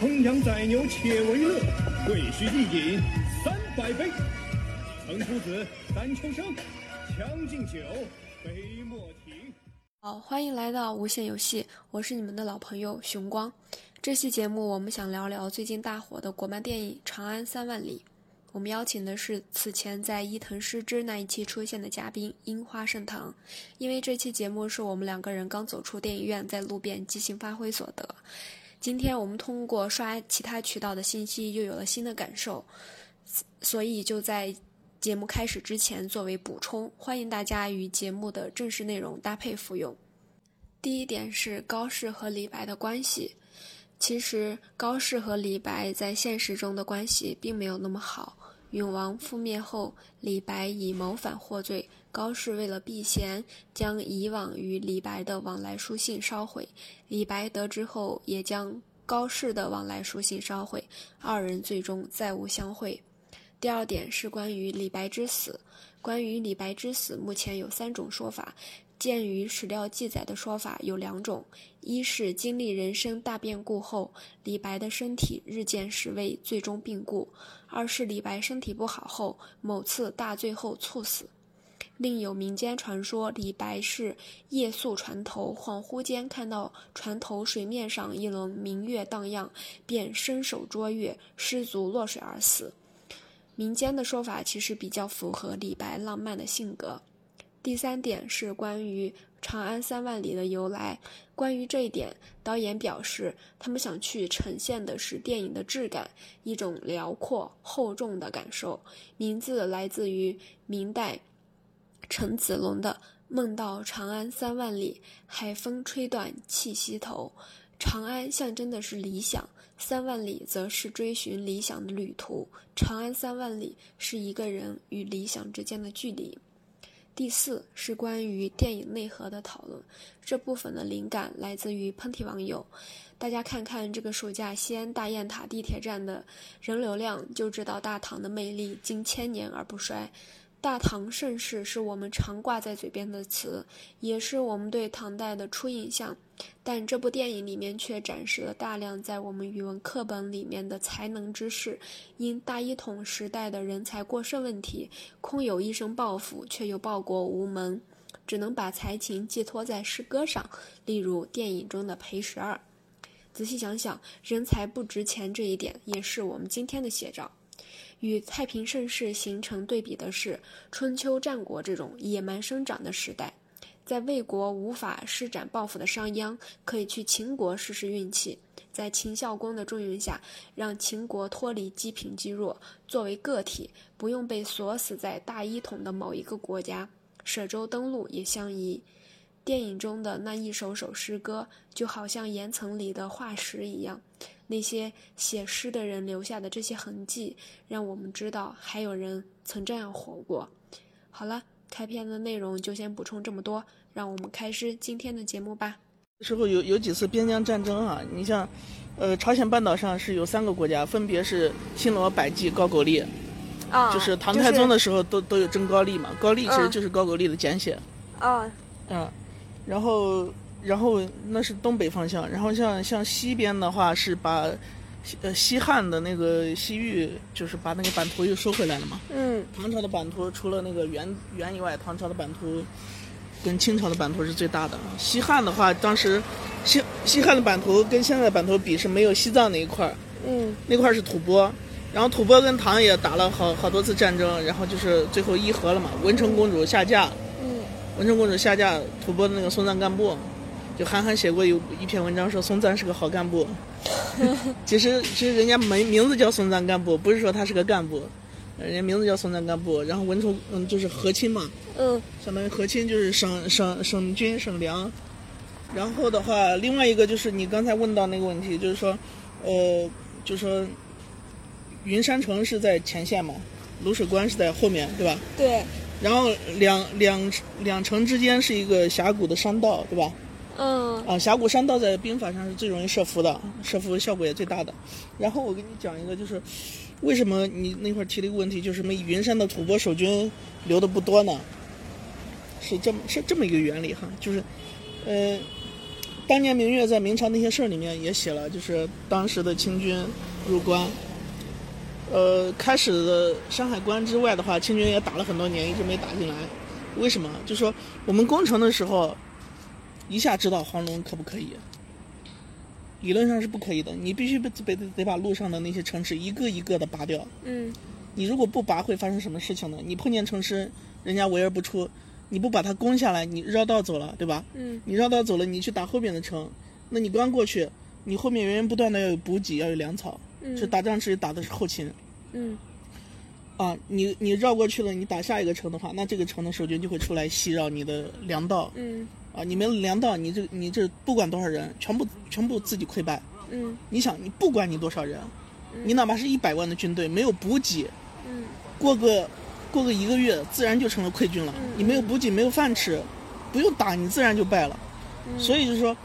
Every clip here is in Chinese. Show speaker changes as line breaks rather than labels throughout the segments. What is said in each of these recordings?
烹羊宰牛且为乐，贵须一饮三百杯。岑夫子，丹丘生，将进酒，杯莫停。
好，欢迎来到无限游戏，我是你们的老朋友熊光。这期节目我们想聊聊最近大火的国漫电影《长安三万里》。我们邀请的是此前在伊藤诗织那一期出现的嘉宾樱花盛堂，因为这期节目是我们两个人刚走出电影院，在路边即兴发挥所得。今天我们通过刷其他渠道的信息，又有了新的感受，所以就在节目开始之前作为补充，欢迎大家与节目的正式内容搭配服用。第一点是高适和李白的关系。其实高适和李白在现实中的关系并没有那么好。永王覆灭后，李白以谋反获罪，高适为了避嫌，将以往与李白的往来书信烧毁。李白得知后，也将高适的往来书信烧毁，二人最终再无相会。第二点是关于李白之死。关于李白之死，目前有三种说法。鉴于史料记载的说法有两种：一是经历人生大变故后，李白的身体日渐失威，最终病故；二是李白身体不好后，某次大醉后猝死。另有民间传说，李白是夜宿船头，恍惚间看到船头水面上一轮明月荡漾，便伸手捉月，失足落水而死。民间的说法其实比较符合李白浪漫的性格。第三点是关于长安三万里的由来。关于这一点，导演表示，他们想去呈现的是电影的质感，一种辽阔厚重的感受。名字来自于明代陈子龙的《梦到长安三万里》，海风吹断气息头。长安象征的是理想，三万里则是追寻理想的旅途。长安三万里是一个人与理想之间的距离。第四是关于电影内核的讨论，这部分的灵感来自于喷嚏网友。大家看看这个暑假西安大雁塔地铁站的人流量，就知道大唐的魅力经千年而不衰。大唐盛世是我们常挂在嘴边的词，也是我们对唐代的初印象。但这部电影里面却展示了大量在我们语文课本里面的才能之士，因大一统时代的人才过剩问题，空有一身抱负，却又报国无门，只能把才情寄托在诗歌上，例如电影中的裴十二。仔细想想，人才不值钱这一点，也是我们今天的写照。与太平盛世形成对比的是，春秋战国这种野蛮生长的时代，在魏国无法施展抱负的商鞅，可以去秦国试试运气，在秦孝公的重用下，让秦国脱离积贫积弱，作为个体，不用被锁死在大一统的某一个国家。舍舟登陆也相宜。电影中的那一首首诗歌，就好像岩层里的化石一样，那些写诗的人留下的这些痕迹，让我们知道还有人曾这样活过。好了，开篇的内容就先补充这么多，让我们开始今天的节目吧。
时候有有几次边疆战争啊，你像，呃，朝鲜半岛上是有三个国家，分别是新罗、百济、高句丽，
啊嗯
就是唐太宗的时候都、都有征高丽嘛，高丽其实就是高句丽的简写，
啊，
嗯，然后然后那是东北方向，然后像像西边的话是把，西呃西汉的那个西域就是把那个版图又收回来了嘛，
嗯
唐朝的版图除了那个元元以外，唐朝的版图跟清朝的版图是最大的。啊西汉的话，当时西西汉的版图跟现在的版图比是没有西藏那一块儿，
嗯
那块儿是吐蕃，然后吐蕃跟唐也打了好好多次战争，然后就是最后议和了嘛。文成公主下嫁，
嗯
文成公主下嫁，吐蕃的那个松赞干布，就韩寒写过有一篇文章说松赞是个好 干部，其实其实人家名名字叫松赞干部，不是说他是个干部，人家名字叫松赞干布。然后文成嗯就是和亲嘛，
嗯
相当于和亲就是省省省军省粮。然后的话，另外一个就是你刚才问到那个问题，就是说，呃，就说云山城是在前线嘛，卤水关是在后面，对吧？
对，
然后两两两城之间是一个峡谷的山道，对吧？
嗯，
啊，峡谷山道在兵法上是最容易设伏的，设伏效果也最大的。然后我给你讲一个，就是为什么你那会儿提了一个问题，就是什么云山的吐蕃守军留的不多呢？是这么是这么一个原理哈，就是，呃，当年明月在《明朝那些事儿》里面也写了，就是当时的清军入关，呃，开始的山海关之外的话，清军也打了很多年，一直没打进来。为什么？就说我们攻城的时候，一下知道黄龙可不可以？理论上是不可以的，你必须得得得把路上的那些城池一个一个的拔掉。
嗯，
你如果不拔，会发生什么事情呢？你碰见城池，人家围而不出，你不把它攻下来，你绕道走了，对吧？
嗯，
你绕道走了，你去打后面的城，那你刚过去，你后面源源不断的要有补给，要有粮草，
嗯
就打仗时打的是后勤
嗯，
啊。你你绕过去了，你打下一个城的话，那这个城的守军就会出来袭扰你的粮道
嗯，
啊。你没有粮道，你这你这不管多少人，全部全部自己溃败。
嗯，
你想，你不管你多少人，你哪怕是一百万的军队，没有补给，
嗯，
过个过个一个月，自然就成了溃军了。你没有补给，没有饭吃，不用打，你自然就败了。
嗯
所以就是说，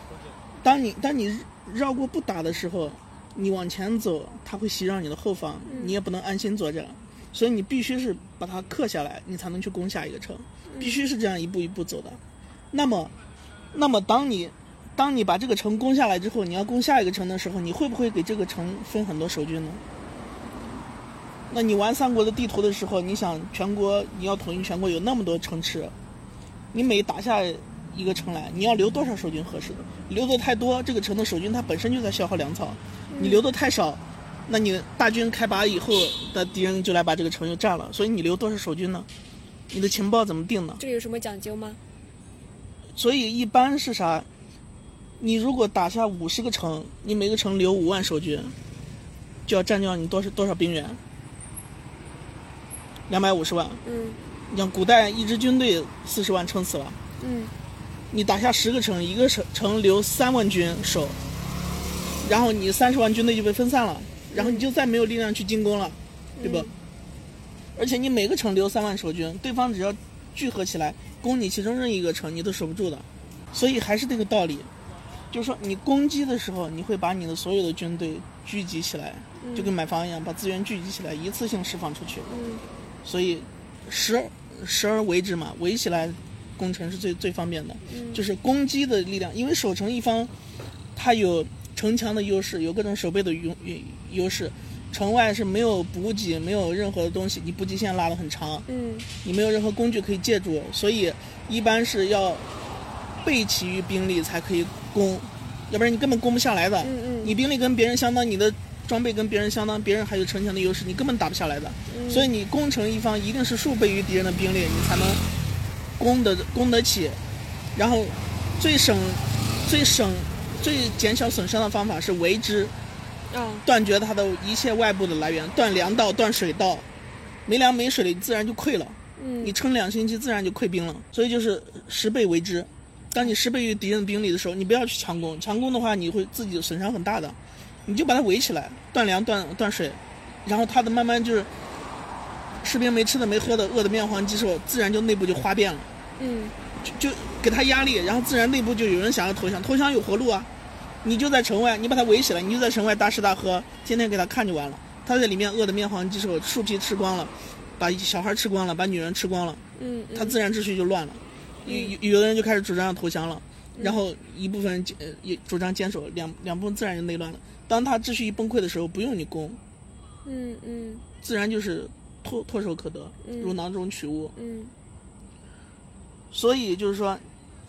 当你当你绕过不打的时候，你往前走，它会袭扰你的后方，你也不能安心坐着。所以你必须是把它克下来，你才能去攻下一个城，
嗯
必须是这样一步一步走的。那么，那么当你当你把这个城攻下来之后，你要攻下一个城的时候，你会不会给这个城分很多守军呢？那你玩三国的地图的时候，你想全国你要统一全国有那么多城池，你每打下一个城来，你要留多少守军合适的？留的太多，这个城的守军它本身就在消耗粮草；你留的太少，那你大军开拔以后的敌人就来把这个城又占了。所以你留多少守军呢？你的情报怎么定呢？
这有什么讲究吗？
所以一般是啥？你如果打下五十个城，你每个城留五万守军，就要占掉你多少多少兵员？两百五十万。
嗯，
你像古代一支军队四十万撑死了，
嗯，
你打下十个城，一个城城留三万军守，然后你三十万军队就被分散了，然后你就再没有力量去进攻了，
嗯
对吧？而且你每个城留三万守军，对方只要聚合起来攻你其中任意一个城，你都守不住的。所以还是那个道理，就是说你攻击的时候，你会把你的所有的军队聚集起来，
嗯
就跟买房一样，把资源聚集起来，一次性释放出去。
嗯
所以时时而为之嘛，围起来攻城是最最方便的，
嗯
就是攻击的力量，因为守城一方它有城墙的优势，有各种守备的优优优势。城外是没有补给，没有任何的东西，你补给线拉得很长，
嗯，
你没有任何工具可以借助，所以一般是要备齐于兵力才可以攻，要不然你根本攻不下来的。
嗯嗯
啊你兵力跟别人相当，你的装备跟别人相当，别人还有城墙的优势，你根本打不下来的。所以你攻城一方一定是数倍于敌人的兵力，你才能攻得攻得起。然后最省、最省、最减小损伤的方法是为之，
啊，
断绝它的一切外部的来源，断粮道、断水道，没粮没水了，你自然就溃了。
嗯
你撑两星期，自然就溃兵了。所以就是十倍为之。当你十倍于敌人的兵力的时候，你不要去强攻，强攻的话你会自己损伤很大的。你就把它围起来，断粮、断断水，然后他的慢慢就是士兵没吃的、没喝的，饿得面黄肌瘦，自然就内部就哗变了。
嗯
就给他压力，然后自然内部就有人想要投降，投降有活路啊！你就在城外，你把他围起来，你就在城外大吃大喝，天天给他看就完了。他在里面饿得面黄肌瘦，树皮吃光了，把小孩吃光了，把女人吃光了，
嗯，
他自然秩序就乱了。有有有的人就开始主张要投降了，
嗯
然后一部分人坚呃也主张坚守，两两部分自然就内乱了。当他秩序一崩溃的时候，不用你攻，
嗯嗯
自然就是唾唾手可得，如囊中取物。
嗯
所以就是说，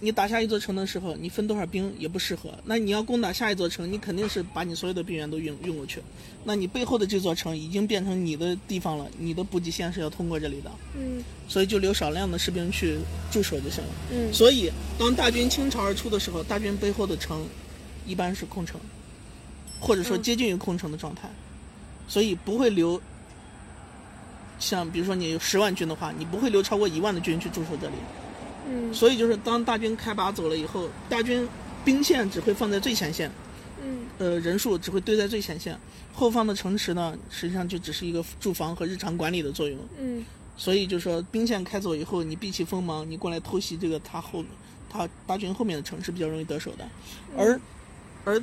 你打下一座城的时候，你分多少兵也不适合。那你要攻打下一座城，你肯定是把你所有的兵员都运运过去。那你背后的这座城已经变成你的地方了，你的补给线是要通过这里的，
嗯
所以就留少量的士兵去驻守就行了。
嗯
所以当大军倾巢而出的时候，大军背后的城一般是空城，或者说接近于空城的状态，所以不会留。像比如说你有十万军的话，你不会留超过一万的军去驻守这里。
嗯
所以就是当大军开拔走了以后，大军兵线只会放在最前线，
嗯
呃人数只会堆在最前线，后方的城池呢，实际上就只是一个驻防和日常管理的作用。
嗯
所以就说兵线开走以后，你避其锋芒，你过来偷袭这个他后他八军后面的城市比较容易得手的，
嗯
而而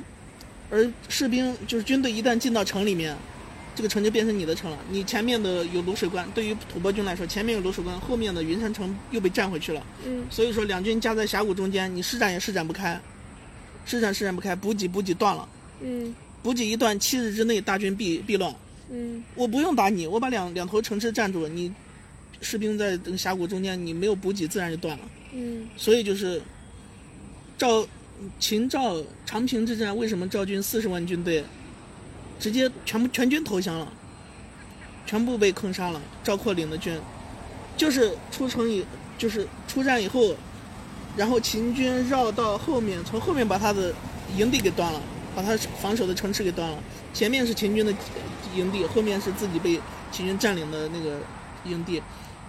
而士兵就是军队一旦进到城里面，这个城就变成你的城了。你前面的有卤水关，对于吐蕃军来说，前面有卤水关，后面的云山城又被占回去了。
嗯
所以说两军夹在峡谷中间，你施展也施展不开，施展施展不开，补给补给断了，
嗯
补给一断，七日之内大军必必乱。
嗯
我不用打你，我把两两头城池占住，你士兵在这个峡谷中间，你没有补给，自然就断了。
嗯
所以就是赵秦赵长平之战，为什么赵军四十万军队直接全部全军投降了，全部被坑杀了？赵括领的军就是出城以就是出战以后，然后秦军绕到后面，从后面把他的营地给端了，把他防守的城池给端了。前面是秦军的营地，后面是自己被秦军占领的那个营地，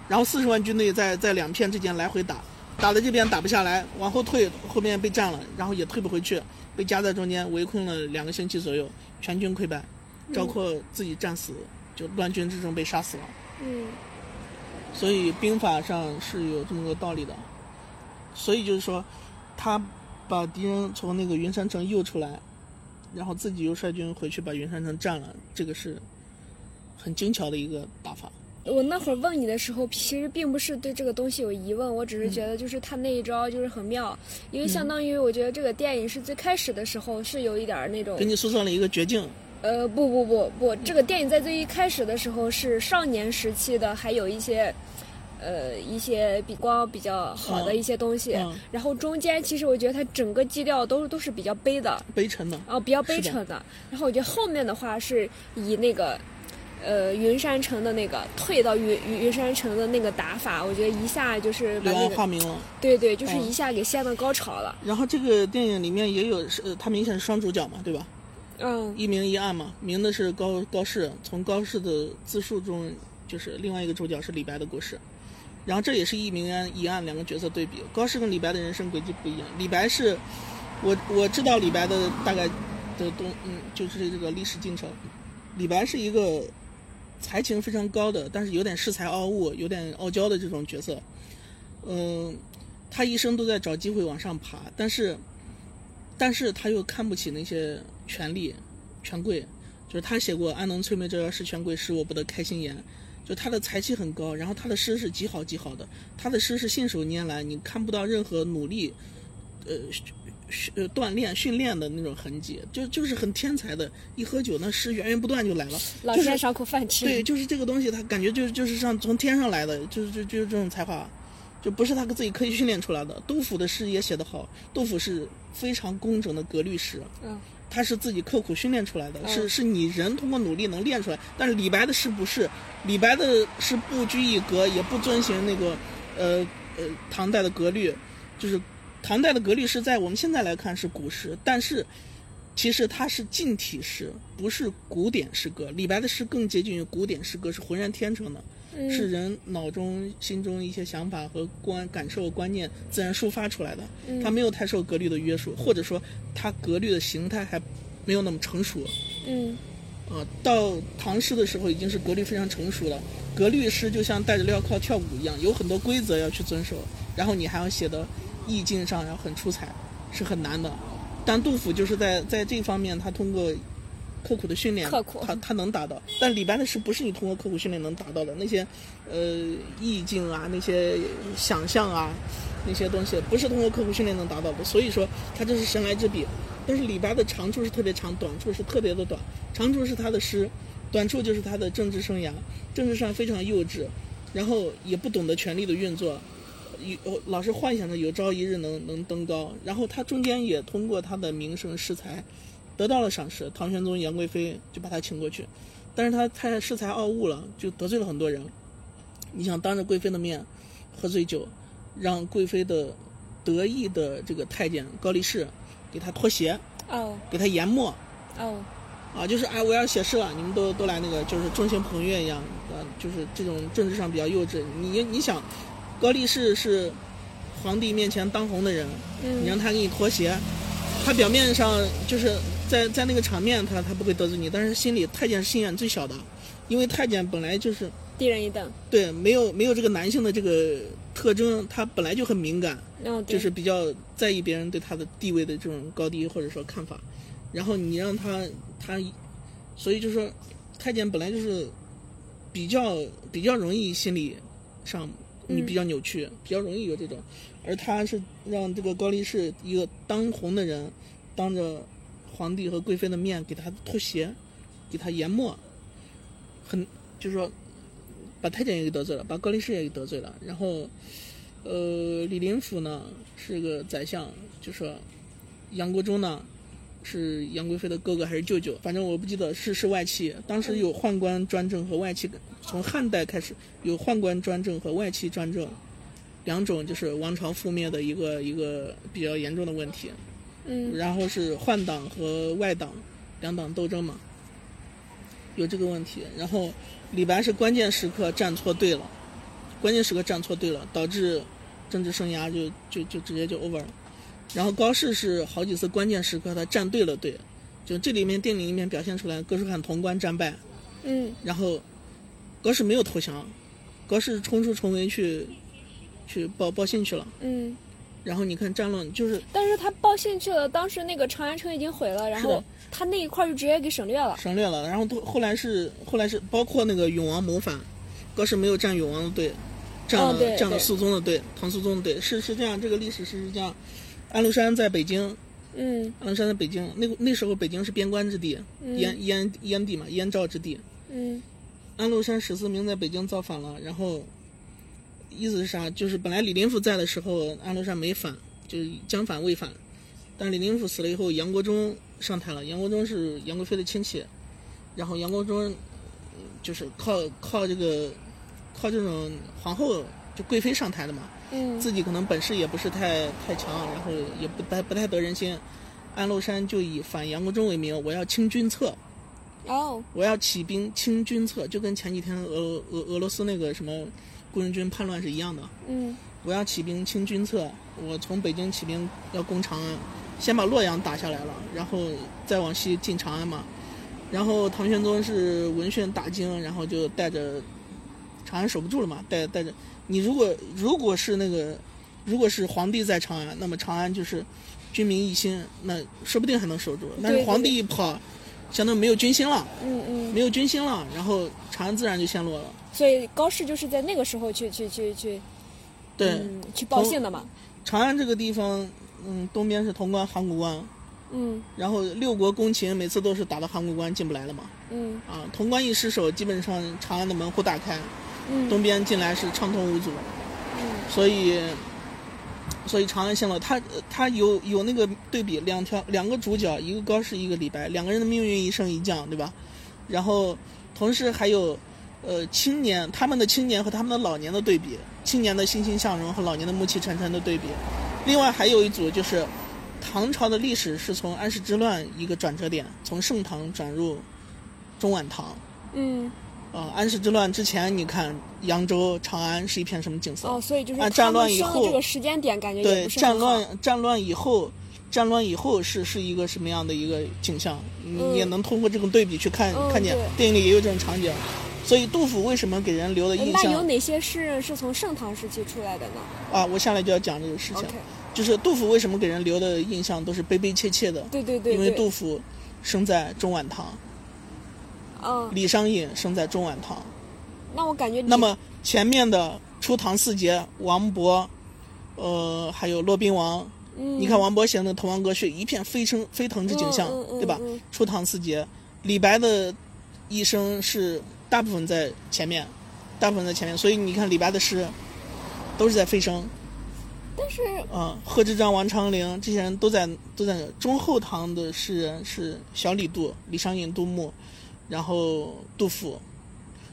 然后四十万军队在在两片之间来回打，打到这边打不下来，往后退，后面被占了，然后也退不回去，被夹在中间围困了两个星期左右，全军溃败，
嗯
赵括自己战死，就乱军之中被杀死了。
嗯
所以兵法上是有这么个道理的。所以就是说，他把敌人从那个云山城诱出来，然后自己又率军回去把云山城占了，这个是很精巧的一个打法。
我那会儿问你的时候，其实并不是对这个东西有疑问，我
嗯
只是觉得就是他那一招就是很妙，因为相当于我觉得这个电影是最开始的时候是有一点儿那种
给你塑造了一个绝境，
呃，不不不不，这个电影在最一开始的时候是少年时期的，还有一些，呃，一些比光比较好的
嗯
一些东西。
嗯
然后中间其实我觉得它整个基调都都是比较悲的，
悲沉的。
然哦后比较悲
是的
沉的。然后我觉得后面的话是以那个，呃，云山城的那个退到云云云山城的那个打法，我觉得一下就是把
柳
那
暗
个
花明了。
对对，就是
嗯
一下给掀到高潮了。
然后这个电影里面也有，是呃，他明显是双主角嘛，对吧？
嗯
一明一暗嘛，明的是高高适，从高适的自述中，就是另外一个主角是李白的故事。然后这也是一明一暗两个角色对比，高适跟李白的人生轨迹不一样。李白是，我我知道李白的大概的东，嗯，就是这个历史进程。李白是一个才情非常高的，但是有点恃才傲物、有点傲娇的这种角色。嗯，他一生都在找机会往上爬，但是，但是他又看不起那些权力、权贵，就是他写过“安能摧眉折腰事权贵，使我不得开心颜”。就他的才气很高，然后他的诗是极好极好的，他的诗是信手拈来，你看不到任何努力，呃，训呃锻炼训练的那种痕迹，就就是很天才的。一喝酒，那诗源源不断就来了，
老
就是
天赏口饭吃。
对，就是这个东西，他感觉就就是上从天上来的，就是就就是这种才华，就不是他自己刻意训练出来的。杜甫的诗也写得好，杜甫是非常工整的格律诗，
嗯
他是自己刻苦训练出来的，
嗯
是是你人通过努力能练出来。但是李白的诗不是，李白的诗不拘一格，也不遵循那个呃呃唐代的格律，就是唐代的格律诗在我们现在来看是古诗，但是其实它是近体诗，不是古典诗歌。李白的诗更接近于古典诗歌，是浑然天成的，
嗯
是人脑中、心中一些想法和观感受、观念自然抒发出来的。
嗯
嗯
它没有太受格律的约束，或者说它格律的形态还没有那么成熟。
嗯
呃，到唐诗的时候已经是格律非常成熟了。格律诗就像戴着镣铐跳舞一样，有很多规则要去遵守，然后你还要写的意境上要很出彩，是很难的。但杜甫就是在在这方面，他通过刻苦的训练，
刻苦
他他能达到。但李白的诗不是你通过刻苦训练能达到的，那些呃意境啊，那些想象啊，那些东西不是通过刻苦训练能达到的。所以说，他这是神来之笔。但是李白的长处是特别长，短处是特别的短。长处是他的诗，短处就是他的政治生涯，政治上非常幼稚，然后也不懂得权力的运作，有呃老是幻想着有朝一日能能登高。然后他中间也通过他的名声诗才，得到了赏识。唐玄宗杨贵妃就把他请过去，但是他太恃才傲物了，就得罪了很多人。你想当着贵妃的面喝醉酒，让贵妃的得意的这个太监高力士给他脱鞋，
哦
给他研墨
哦
啊，就是哎，我要写诗了，你们都都来那个，就是众星捧月一样，呃，就是这种政治上比较幼稚。你你想，高力士是皇帝面前当红的人，你让
嗯
他给你脱鞋，他表面上就是在在那个场面他他不会得罪你，但是心里太监是心眼最小的，因为太监本来就是
低人一等。
对没有没有这个男性的这个特征，他本来就很敏感，
哦，对，
就是比较在意别人对他的地位的这种高低或者说看法，然后你让他他，所以就说太监本来就是比较比较容易心理上你比较扭曲，比较容易有这种，而他是让这个高力士一个当红的人，当着皇帝和贵妃的面给他脱鞋，给他研墨，很就是说把太监也给得罪了，把高力士也给得罪了，然后。呃，李林甫呢是个宰相，就说杨国忠呢是杨贵妃的哥哥还是舅舅，反正我不记得是是外戚。当时有宦官专政和外戚，从汉代开始有宦官专政和外戚专政两种，就是王朝覆灭的一个一个比较严重的问题。
嗯
然后是换党和外党两党斗争嘛，有这个问题。然后李白是关键时刻站错队了，关键时刻站错队了，导致政治生涯就就就直接就 over 了。然后高适是好几次关键时刻他站对了队，就这里面电影里面表现出来，哥舒翰潼关战败，
嗯，
然后高适没有投降，高适冲出重围去去报报信去了。
嗯，
然后你看战乱就是
但是他报信去了，当时那个长安城已经毁了，然
是
后
的
他那一块儿就直接给省略了。
省略了。然后都后来是后来是包括那个永王谋反，高适没有站永王的队，站了、
哦对
站了
对
肃宗的队，唐肃宗的队是是这样，这个历史是这样。安禄山在北京，
嗯
安禄山在北京，那个那时候北京是边关之地，
嗯
燕燕燕地嘛，燕赵之地。
嗯
安禄山、史思明在北京造反了，然后意思是啥？就是本来李林甫在的时候，安禄山没反，就是将反未反。但李林甫死了以后，杨国忠上台了。杨国忠是杨贵妃的亲戚，然后杨国忠呃就是靠靠这个靠这种皇后就贵妃上台的嘛，
嗯
自己可能本事也不是太太强，然后也不太不太得人心。安禄山就以反杨国忠为名，我要清君侧，
哦
我要起兵清君侧，就跟前几天俄俄俄罗斯那个什么雇佣军叛乱是一样的。
嗯
我要起兵清君侧，我从北京起兵要攻长安，先把洛阳打下来了，然后再往西进长安嘛。然后唐玄宗是闻讯大惊，然后就带着长安守不住了嘛，带带着你如果如果是那个如果是皇帝在长安，那么长安就是军民一心，那说不定还能守住。但是
对
皇帝一跑，相当于没有军心了。
嗯嗯，
没有军心了，然后长安自然就陷落了。
所以高适就是在那个时候去去去去，
对，
嗯，去报信的嘛。
长安这个地方，嗯，东边是潼关、函谷关，
嗯
然后六国攻秦，每次都是打到函谷关进不来了嘛。
嗯
啊，潼关一失守，基本上长安的门户大开，
嗯
东边进来是畅通无阻。所以，所以长安陷落，他他有有那个对比，两条两个主角，一个高适，一个李白，两个人的命运一升一降，对吧？然后同时还有，呃，青年他们的青年和他们的老年的对比，青年的欣欣向荣和老年的暮气沉沉的对比。另外还有一组就是，唐朝的历史是从安史之乱一个转折点，从盛唐转入中晚唐。
嗯，
啊、安史之乱之前，你看扬州、长安是一片什么景色？
哦，所以就是
啊
他
战
们
乱以
生
后
的这个时间点，感觉也
对
不是
战
很好。
乱战乱以后，战乱以后是是一个什么样的一个景象？你
嗯
也能通过这种对比去看、
嗯
看见
对，
电影里也有这种场景。所以杜甫为什么给人留的
呃
印
那有
象
哪些诗人是从盛唐时期出来的呢
啊？我下来就要讲这个事情
？OK，
就是杜甫为什么给人留的印象都是悲悲切切的，
对对对，
因为
对
杜甫生在中晚唐，
嗯，
李商隐生在中晚唐。
那我感觉
那么前面的初唐四杰，王勃，呃，还有骆宾王，
你
你看王勃写的那《滕王阁序》，一片飞升飞腾之景象，
嗯嗯嗯
对吧
嗯？
初唐四杰，李白的一生是大部分在前面，大部分在前面，所以你看李白的诗都是在飞升
但是
啊、贺知章、王昌龄这些人都在都在那中后唐的诗人是小李杜、李商隐、杜牧，然后杜甫，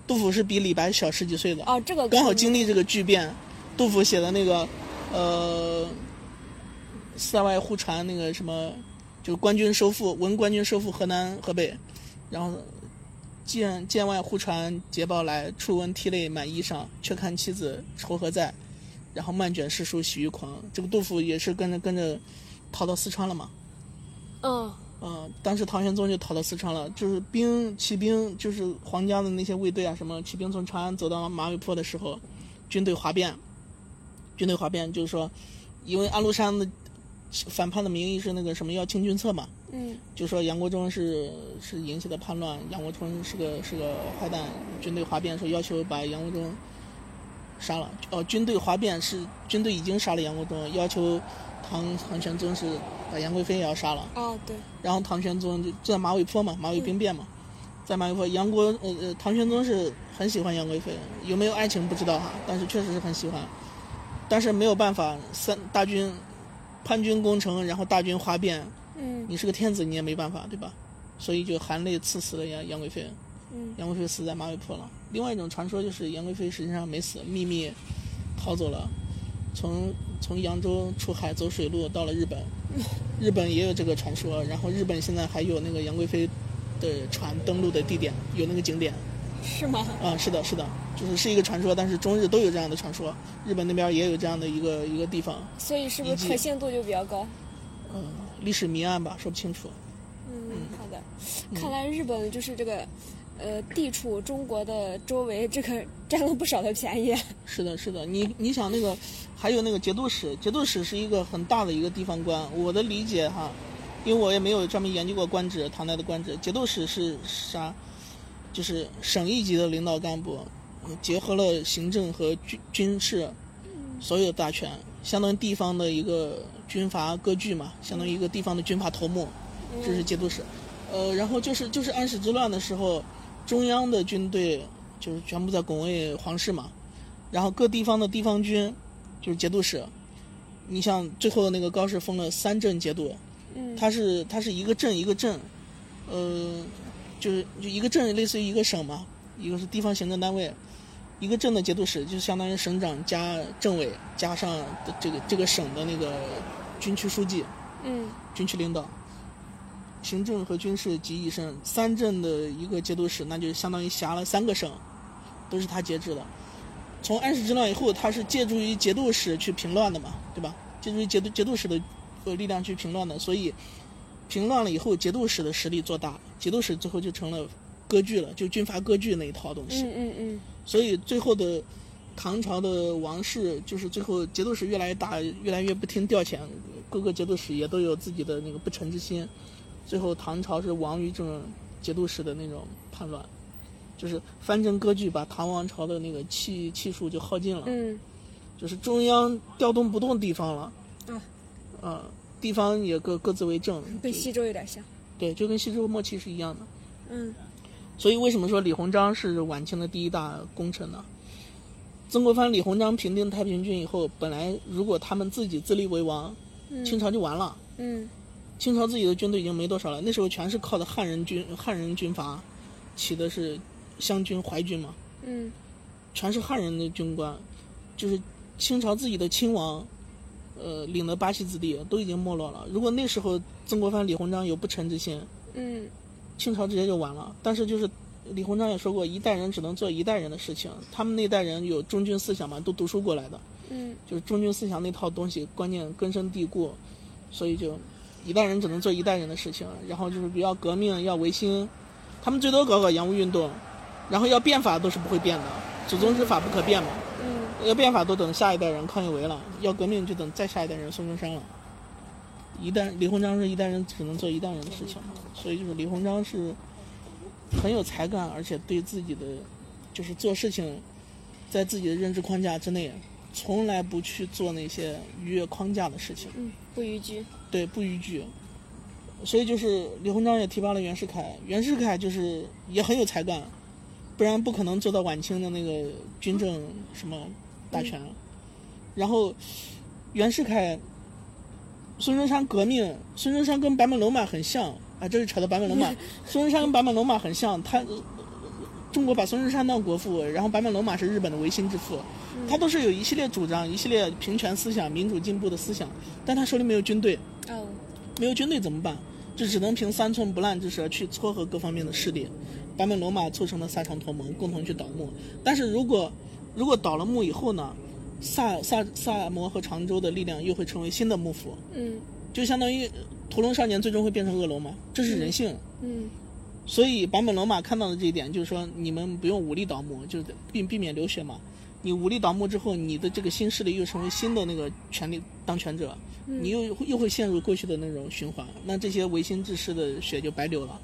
杜甫是比李白小十几岁的，
哦，这个
刚好
可能
经历这个巨变，杜甫写的那个，呃，塞外互传那个什么，就是官军收复，闻官军收复河南、河北，然后见见外互传捷报来，初闻涕泪满衣裳，却看妻子愁何在，然后漫卷诗书喜欲狂。这个杜甫也是跟着跟着逃到四川了嘛，
嗯
呃，当时唐玄宗就逃到四川了，就是兵骑兵，就是皇家的那些卫队啊，什么骑兵从长安走到马嵬坡的时候，军队哗变，军队哗变，就是说，因为安禄山的反叛的名义是那个什么要清君侧嘛，
嗯
就说杨国忠是是引起的叛乱，杨国忠是个是个坏蛋，军队哗变说要求把杨国忠杀了，哦，军队哗变是军队已经杀了杨国忠，要求唐唐玄宗是把杨贵妃也要杀了。
啊
哦对，
然后唐玄宗就就在马嵬坡嘛，马嵬兵变嘛，在马嵬坡，杨国呃呃，唐玄宗是很喜欢杨贵妃，有没有爱情不知道哈，但是确实是很喜欢，但是没有办法，三大军叛军攻城，然后大军哗变，
嗯
你是个天子你也没办法对吧？所以就含泪赐死了杨杨贵妃，
嗯
杨贵妃死在马嵬坡了。另外一种传说就是杨贵妃实际上没死，秘密逃走了，从从扬州出海走水路到了日本，日本也有这个传说。然后日本现在还有那个杨贵妃的船登陆的地点，有那个景点。
是吗？
啊、是的，是的，就是是一个传说，但是中日都有这样的传说，日本那边也有这样的一个一个地方，
所以是不
以及
是可信度就比较高？
嗯、历史谜案吧，说不清楚。
嗯，好的。看来日本就是这个，呃，地处中国的周围，这个占了不少的便宜。
是的，是的，你你想那个，还有那个节度使，节度使是一个很大的一个地方官。我的理解哈，因为我也没有专门研究过官职，唐代的官职，节度使是啥？就是省一级的领导干部，结合了行政和军军事所有大权，相当于地方的一个军阀割据嘛，相当于一个地方的军阀头目，这是节度使。呃，然后就是就是安史之乱的时候，中央的军队就是全部在拱卫皇室嘛，然后各地方的地方军就是节度使。你像最后那个高适封了三镇节度，
嗯
它是它是一个镇一个镇，呃，就是就一个镇类似于一个省嘛，一个是地方行政单位，一个镇的节度使就相当于省长加政委加上这个这个省的那个军区书记，
嗯
军区领导，行政和军事集一身，三镇的一个节度使，那就相当于辖了三个省，都是他节制的。从安史之乱以后，他是借助于节度使去平乱的嘛，对吧？借助于节度节度使的呃力量去平乱的，所以平乱了以后，节度使的实力做大，节度使最后就成了割据了，就军阀割据那一套东西。
嗯嗯嗯，
所以最后的唐朝的王室，就是最后节度使越来越大，越来越不听调遣，各个节度使也都有自己的那个不臣之心。最后唐朝是亡于这种节度使的那种叛乱，就是藩镇割据，把唐王朝的那个气气数就耗尽了。
嗯，
就是中央调动不动地方了。
啊
啊，地方也各各自为政，
跟西周有点像。
对，就跟西周末期是一样的。
嗯，
所以为什么说李鸿章是晚清的第一大功臣呢？曾国藩、李鸿章平定太平军以后，本来如果他们自己自立为王，清朝就完了。
嗯
清朝自己的军队已经没多少了，那时候全是靠的汉人军汉人军阀起的是湘军、淮军嘛，
嗯
全是汉人的军官，就是清朝自己的亲王，呃，领的八旗子弟都已经没落了。如果那时候曾国藩、李鸿章有不臣之心，
嗯
清朝直接就完了。但是就是李鸿章也说过，一代人只能做一代人的事情。他们那代人有忠君思想嘛，都读书过来的，
嗯
就是忠君思想那套东西观念根深蒂固，所以就一代人只能做一代人的事情。然后就是要革命，要维新，他们最多搞搞洋务运动，然后要变法都是不会变的，祖宗之法不可变嘛。
嗯
要变法都等下一代人康有为了，要革命就等再下一代人孙中山了。一代李鸿章是一代人只能做一代人的事情，所以就是李鸿章是很有才干，而且对自己的就是做事情，在自己的认知框架之内，从来不去做那些逾越框架的事情。
嗯，不逾矩。
对，不逾矩。所以就是李鸿章也提拔了袁世凯，袁世凯就是也很有才干，不然不可能做到晚清的那个军政什么大权。然后袁世凯、孙中山革命，孙中山跟坂本龙马很像啊，这是扯到坂本龙马，孙中山跟坂本龙马很像，他呃中国把孙中山当国父，然后坂本龙马是日本的维新之父，他都是有一系列主张、一系列平权思想、民主进步的思想，但他手里没有军队。
嗯
哦，
没有军队怎么办？就只能凭三寸不烂之舌去撮合各方面的势力。坂本龙马促成了萨长同盟，共同去倒幕。但是如果如果倒了幕以后呢，萨萨萨摩和常州的力量又会成为新的幕府，
嗯
就相当于屠龙少年最终会变成恶龙吗？这是人性。
嗯
所以坂本龙马看到的这一点，就是说你们不用武力倒幕，就是避避免流血嘛。你武力倒幕之后，你的这个新势力又成为新的那个权力当权者，你又又会陷入过去的那种循环，那这些维新志士的血就白流了。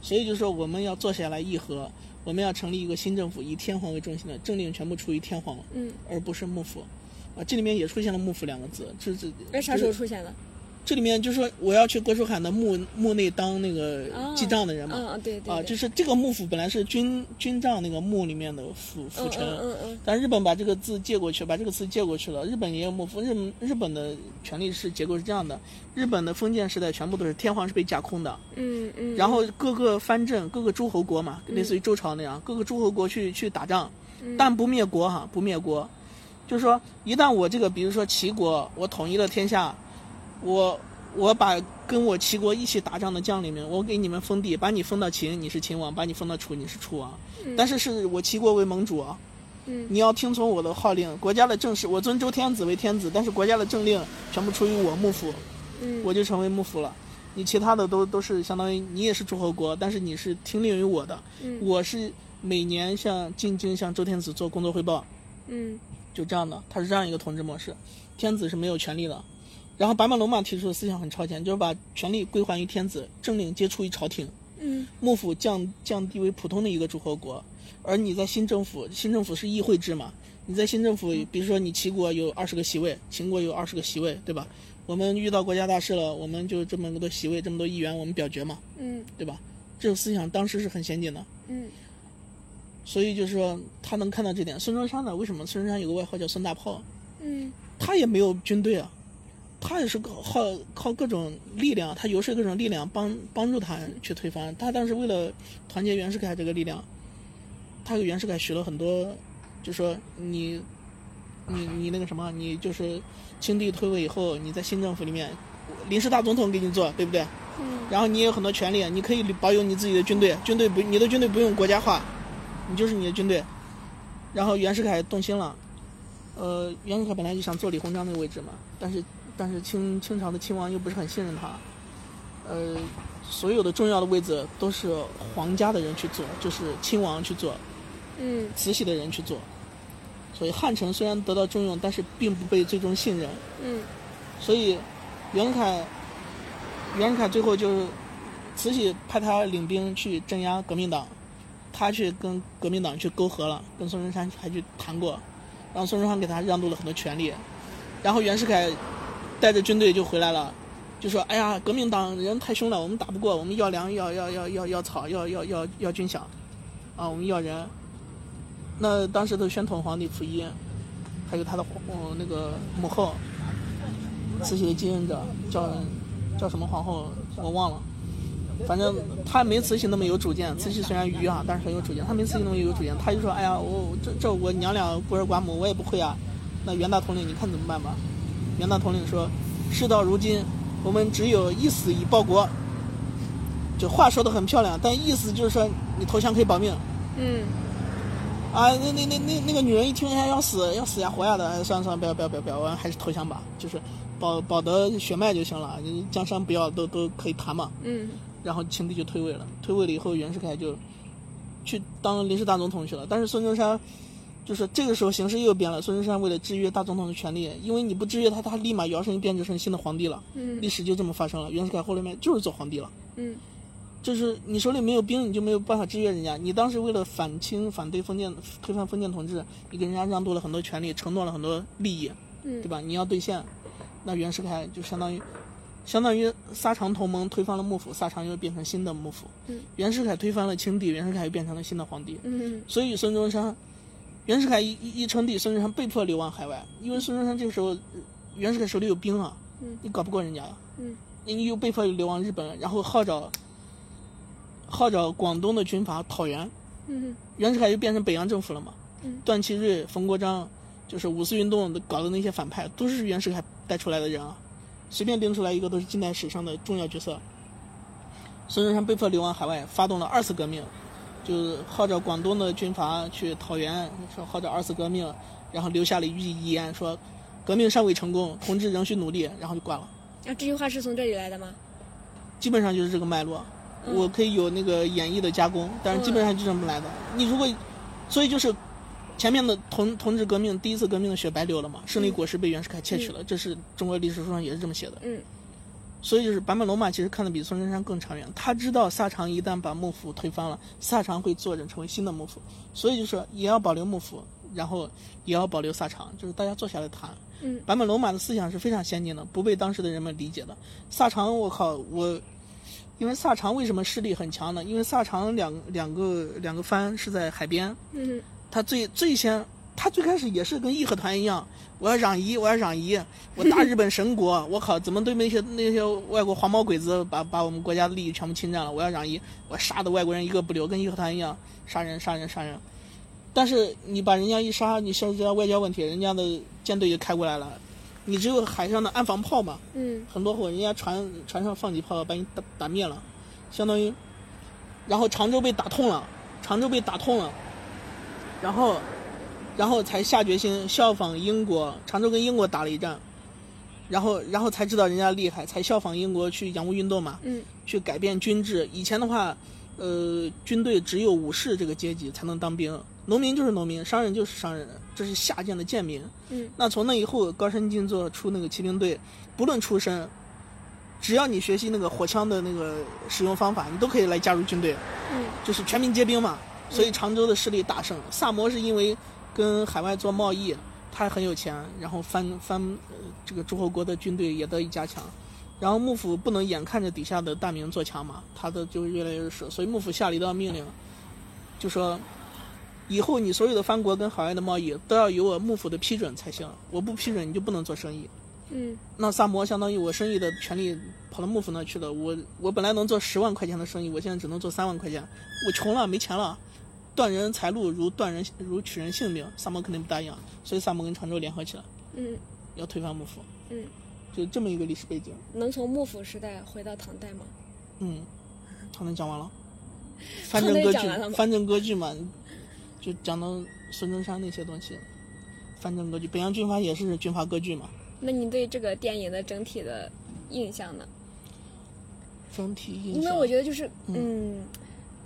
所以就是说，我们要坐下来议和，我们要成立一个新政府，以天皇为中心的政令全部出于天皇，
嗯，
而不是幕府。啊，这里面也出现了幕府两个字，这这
那啥时候出现的？
这里面就是说我要去郭书涵的墓墓内当那个
啊
记账的人嘛，
嗯嗯，对对
啊，
对
就是这个幕府本来是军军帐那个幕里面的辅辅
嗯
臣，
嗯嗯嗯，
但日本把这个字借过去，把这个词借过去了。日本也有幕府，日日本的权力是结构是这样的：日本的封建时代全部都是天皇是被架空的，
嗯嗯，
然后各个藩镇、各个诸侯国嘛，类似于周朝那样，各个诸侯国去去打仗，
嗯
但不灭国哈，不灭国，就是说一旦我这个，比如说齐国，我统一了天下，我我把跟我齐国一起打仗的将领们，我给你们封地，把你封到秦，你是秦王；把你封到楚，你是楚王。但是是我齐国为盟主啊，
嗯
你要听从我的号令，国家的政事，我尊周天子为天子，但是国家的政令全部出于我幕府，
嗯
我就成为幕府了。你其他的都都是相当于你也是诸侯国，但是你是听令于我的，
嗯
我是每年向进京向周天子做工作汇报，
嗯
就这样的，它是这样一个统治模式，天子是没有权利的。然后坂本龙马提出的思想很超前，就是把权力归还于天子，政令皆出于朝廷，
嗯
幕府降降低为普通的一个诸侯国，而你在新政府，新政府是议会制嘛？你在新政府，比如说你齐国有二十个席位，秦国有二十个席位，对吧？我们遇到国家大事了，我们就这么多席位，这么多议员，我们表决嘛，
嗯
对吧？这种思想当时是很先进的，
嗯
所以就是说他能看到这点。孙中山呢，为什么孙中山有个外号叫孙大炮？
嗯
他也没有军队啊，他也是靠靠各种力量，他游说各种力量帮帮助他去推翻。他当时为了团结袁世凯这个力量，他给袁世凯许了很多，就说你你你那个什么，你就是清帝退位以后，你在新政府里面临时大总统给你做，对不对？
嗯
然后你也有很多权利，你可以保有你自己的军队，军队不，你的军队不用国家化，你就是你的军队。然后袁世凯动心了，呃，袁世凯本来就想做李鸿章那个位置嘛，但是但是清清朝的亲王又不是很信任他，呃，所有的重要的位置都是皇家的人去做，就是亲王去做，
嗯
慈禧的人去做，所以汉城虽然得到重用，但是并不被最终信任。
嗯
所以袁世凯，袁世凯最后就是慈禧派他领兵去镇压革命党，他去跟革命党去勾合了，跟孙中山还去谈过，然后孙中山给他让渡了很多权利，然后袁世凯带着军队就回来了。就说：“哎呀，革命党人太凶了，我们打不过，我们要粮，要要要要要草，要要要要军饷，啊，我们要人。”那当时的宣统皇帝溥仪，还有他的皇哦那个母后，慈禧的继任者叫叫什么皇后，我忘了。反正她没慈禧那么有主见，慈禧虽然愚啊，但是很有主见。她没慈禧那么有主见，她就说：“哎呀，我这这我娘俩孤儿寡母，我也不会啊。”那袁大统领，你看怎么办吧？袁大统领说：“事到如今，我们只有一死以报国。”就话说的很漂亮，但意思就是说你投降可以保命
嗯
啊。那那那那那个女人一听哎呀要死要死呀活呀的，哎算了算了，不要不要不要不要，我还是投降吧，就是保保得血脉就行了，你江山不要都都可以谈嘛。
嗯
然后秦帝就退位了，退位了以后，袁世凯就去当临时大总统去了。但是孙中山就是这个时候形势又变了，孙中山为了制约大总统的权利，因为你不制约他，他立马摇身一变就成新的皇帝了。历
嗯
史就这么发生了，袁世凯后来面就是做皇帝了。
嗯
就是你手里没有兵，你就没有办法制约人家。你当时为了反清、反对封建、推翻封建统治，你给人家让渡了很多权利，承诺了很多利益，
嗯
对吧？你要兑现，那袁世凯就相当于，相当于沙场同盟推翻了幕府，沙场又变成新的幕府。
嗯
袁世凯推翻了清帝，袁世凯又变成了新的皇帝。
嗯
所以孙中山，袁世凯一一一称帝，孙中山被迫流亡海外，因为孙中山这个时候，呃袁世凯手里有兵啊，
嗯
你搞不过人家呀、
嗯
你又被迫流亡日本，然后号召号召广东的军阀讨袁，
嗯
袁世凯就变成北洋政府了嘛。
嗯
段祺瑞、冯国璋，就是五四运动的搞的那些反派，都是袁世凯带出来的人啊。随便拎出来一个都是近代史上的重要角色。孙中山被迫流亡海外，发动了二次革命，就是号召广东的军阀去讨袁，说号召二次革命，然后留下了一句遗言，说革命尚未成功，同志仍需努力，然后就挂了。
啊，这句话是从这里来的吗？
基本上就是这个脉络。
嗯
我可以有那个演绎的加工，但是基本上就这么来的。你如果，所以就是前面的同同治革命第一次革命的血白流了嘛，
嗯
胜利果实被袁世凯窃取了，这是中国历史书上也是这么写的。
嗯
所以就是坂本龙马其实看的比孙中山更长远，他知道萨长一旦把幕府推翻了，萨长会坐镇成为新的幕府，所以就是也要保留幕府，然后也要保留萨长，就是大家坐下来谈。
嗯
坂本龙马的思想是非常先进的，不被当时的人们理解的。萨长，我靠，我，因为萨长为什么势力很强呢？因为萨长两两个两个藩是在海边，
嗯
他最最先，他最开始也是跟义和团一样，我要攘夷，我要攘夷，我大日本神国，我靠，怎么对那些那些外国黄毛鬼子把把我们国家的利益全部侵占了？我要攘夷，我杀的外国人一个不留，跟义和团一样，杀人杀人杀人。但是你把人家一杀，你涉及到外交问题，人家的舰队就开过来了，你只有海上的岸防炮嘛，
嗯
很多火，啊人家船船上放几炮把你打打灭了，相当于，然后常州被打痛了，常州被打痛了，然后，然后才下决心效仿英国，常州跟英国打了一战，然后然后才知道人家厉害，才效仿英国去洋务运动嘛，
嗯
去改变军制。以前的话，呃，军队只有武士这个阶级才能当兵，农民就是农民，商人就是商人，这是下贱的贱民。
嗯，
那从那以后，高山静坐出那个骑兵队，不论出身，只要你学习那个火枪的那个使用方法，你都可以来加入军队，
嗯
就是全民皆兵嘛。所以常州的势力大盛。萨摩是因为跟海外做贸易，他很有钱，然后藩藩呃这个诸侯国的军队也得以加强。然后幕府不能眼看着底下的大明做强嘛，他的就越来越弱，所以幕府下了一道命令，就说以后你所有的藩国跟海外的贸易都要有我幕府的批准才行，我不批准你就不能做生意。
嗯
那萨摩相当于我生意的权利跑到幕府那去了，我我本来能做十万块钱的生意，我现在只能做三万块钱，我穷了没钱了，断人财路如断人如取人性命，萨摩肯定不答应啊，所以萨摩跟常州联合起来
嗯，
要推翻幕府，
嗯，
就这么一个历史背景，
能从幕府时代回到唐代吗？
嗯，唐能讲完了，藩
唐
镇
代
割
讲
据
完了，吗
藩镇割据嘛，就讲到孙中山那些东西，藩镇割据，北洋军阀也是军阀割据嘛，
那你对这个电影的整体的印象呢？
整体印
因为
象
我觉得就是嗯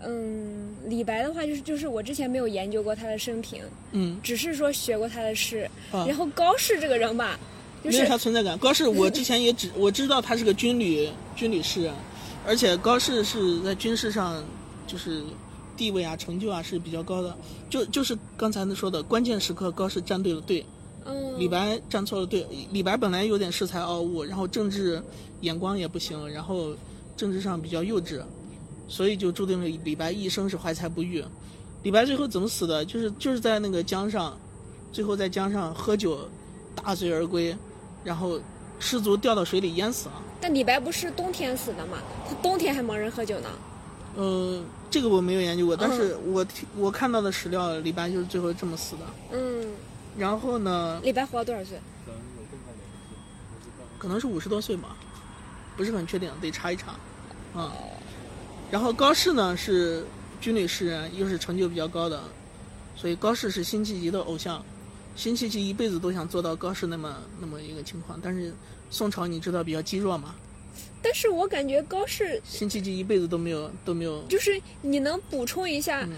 嗯，李白的话就是就是我之前没有研究过他的生平，
嗯，
只是说学过他的诗。
啊
然后高适这个人吧，就
没有
是
啥存在感。高适，我之前也只我知道他是个军旅军旅诗人，而且高适是在军事上就是地位啊、成就啊是比较高的。就就是刚才说的，关键时刻高适站对了队，
嗯，
李白站错了队。李白本来有点恃才傲物，然后政治眼光也不行，然后政治上比较幼稚，所以就注定了李白一生是怀才不遇。李白最后怎么死的？就是就是在那个江上，最后在江上喝酒，大醉而归，然后失足掉到水里淹死了。
但李白不是冬天死的嘛？他冬天还盲人喝酒呢。
呃，这个我没有研究过，但是我听我看到的史料，李白就是最后这么死的。
嗯，
然后呢，
李白活了多少岁？
可能是五十多岁吧，不是很确定，得查一查。啊、然后高适呢是军旅诗人，又是成就比较高的，所以高适是辛弃疾的偶像。辛弃疾一辈子都想做到高适那么那么一个情况，但是宋朝你知道比较积弱嘛，
但是我感觉高适
辛弃疾一辈子都没有都没有。
就是你能补充一下
嗯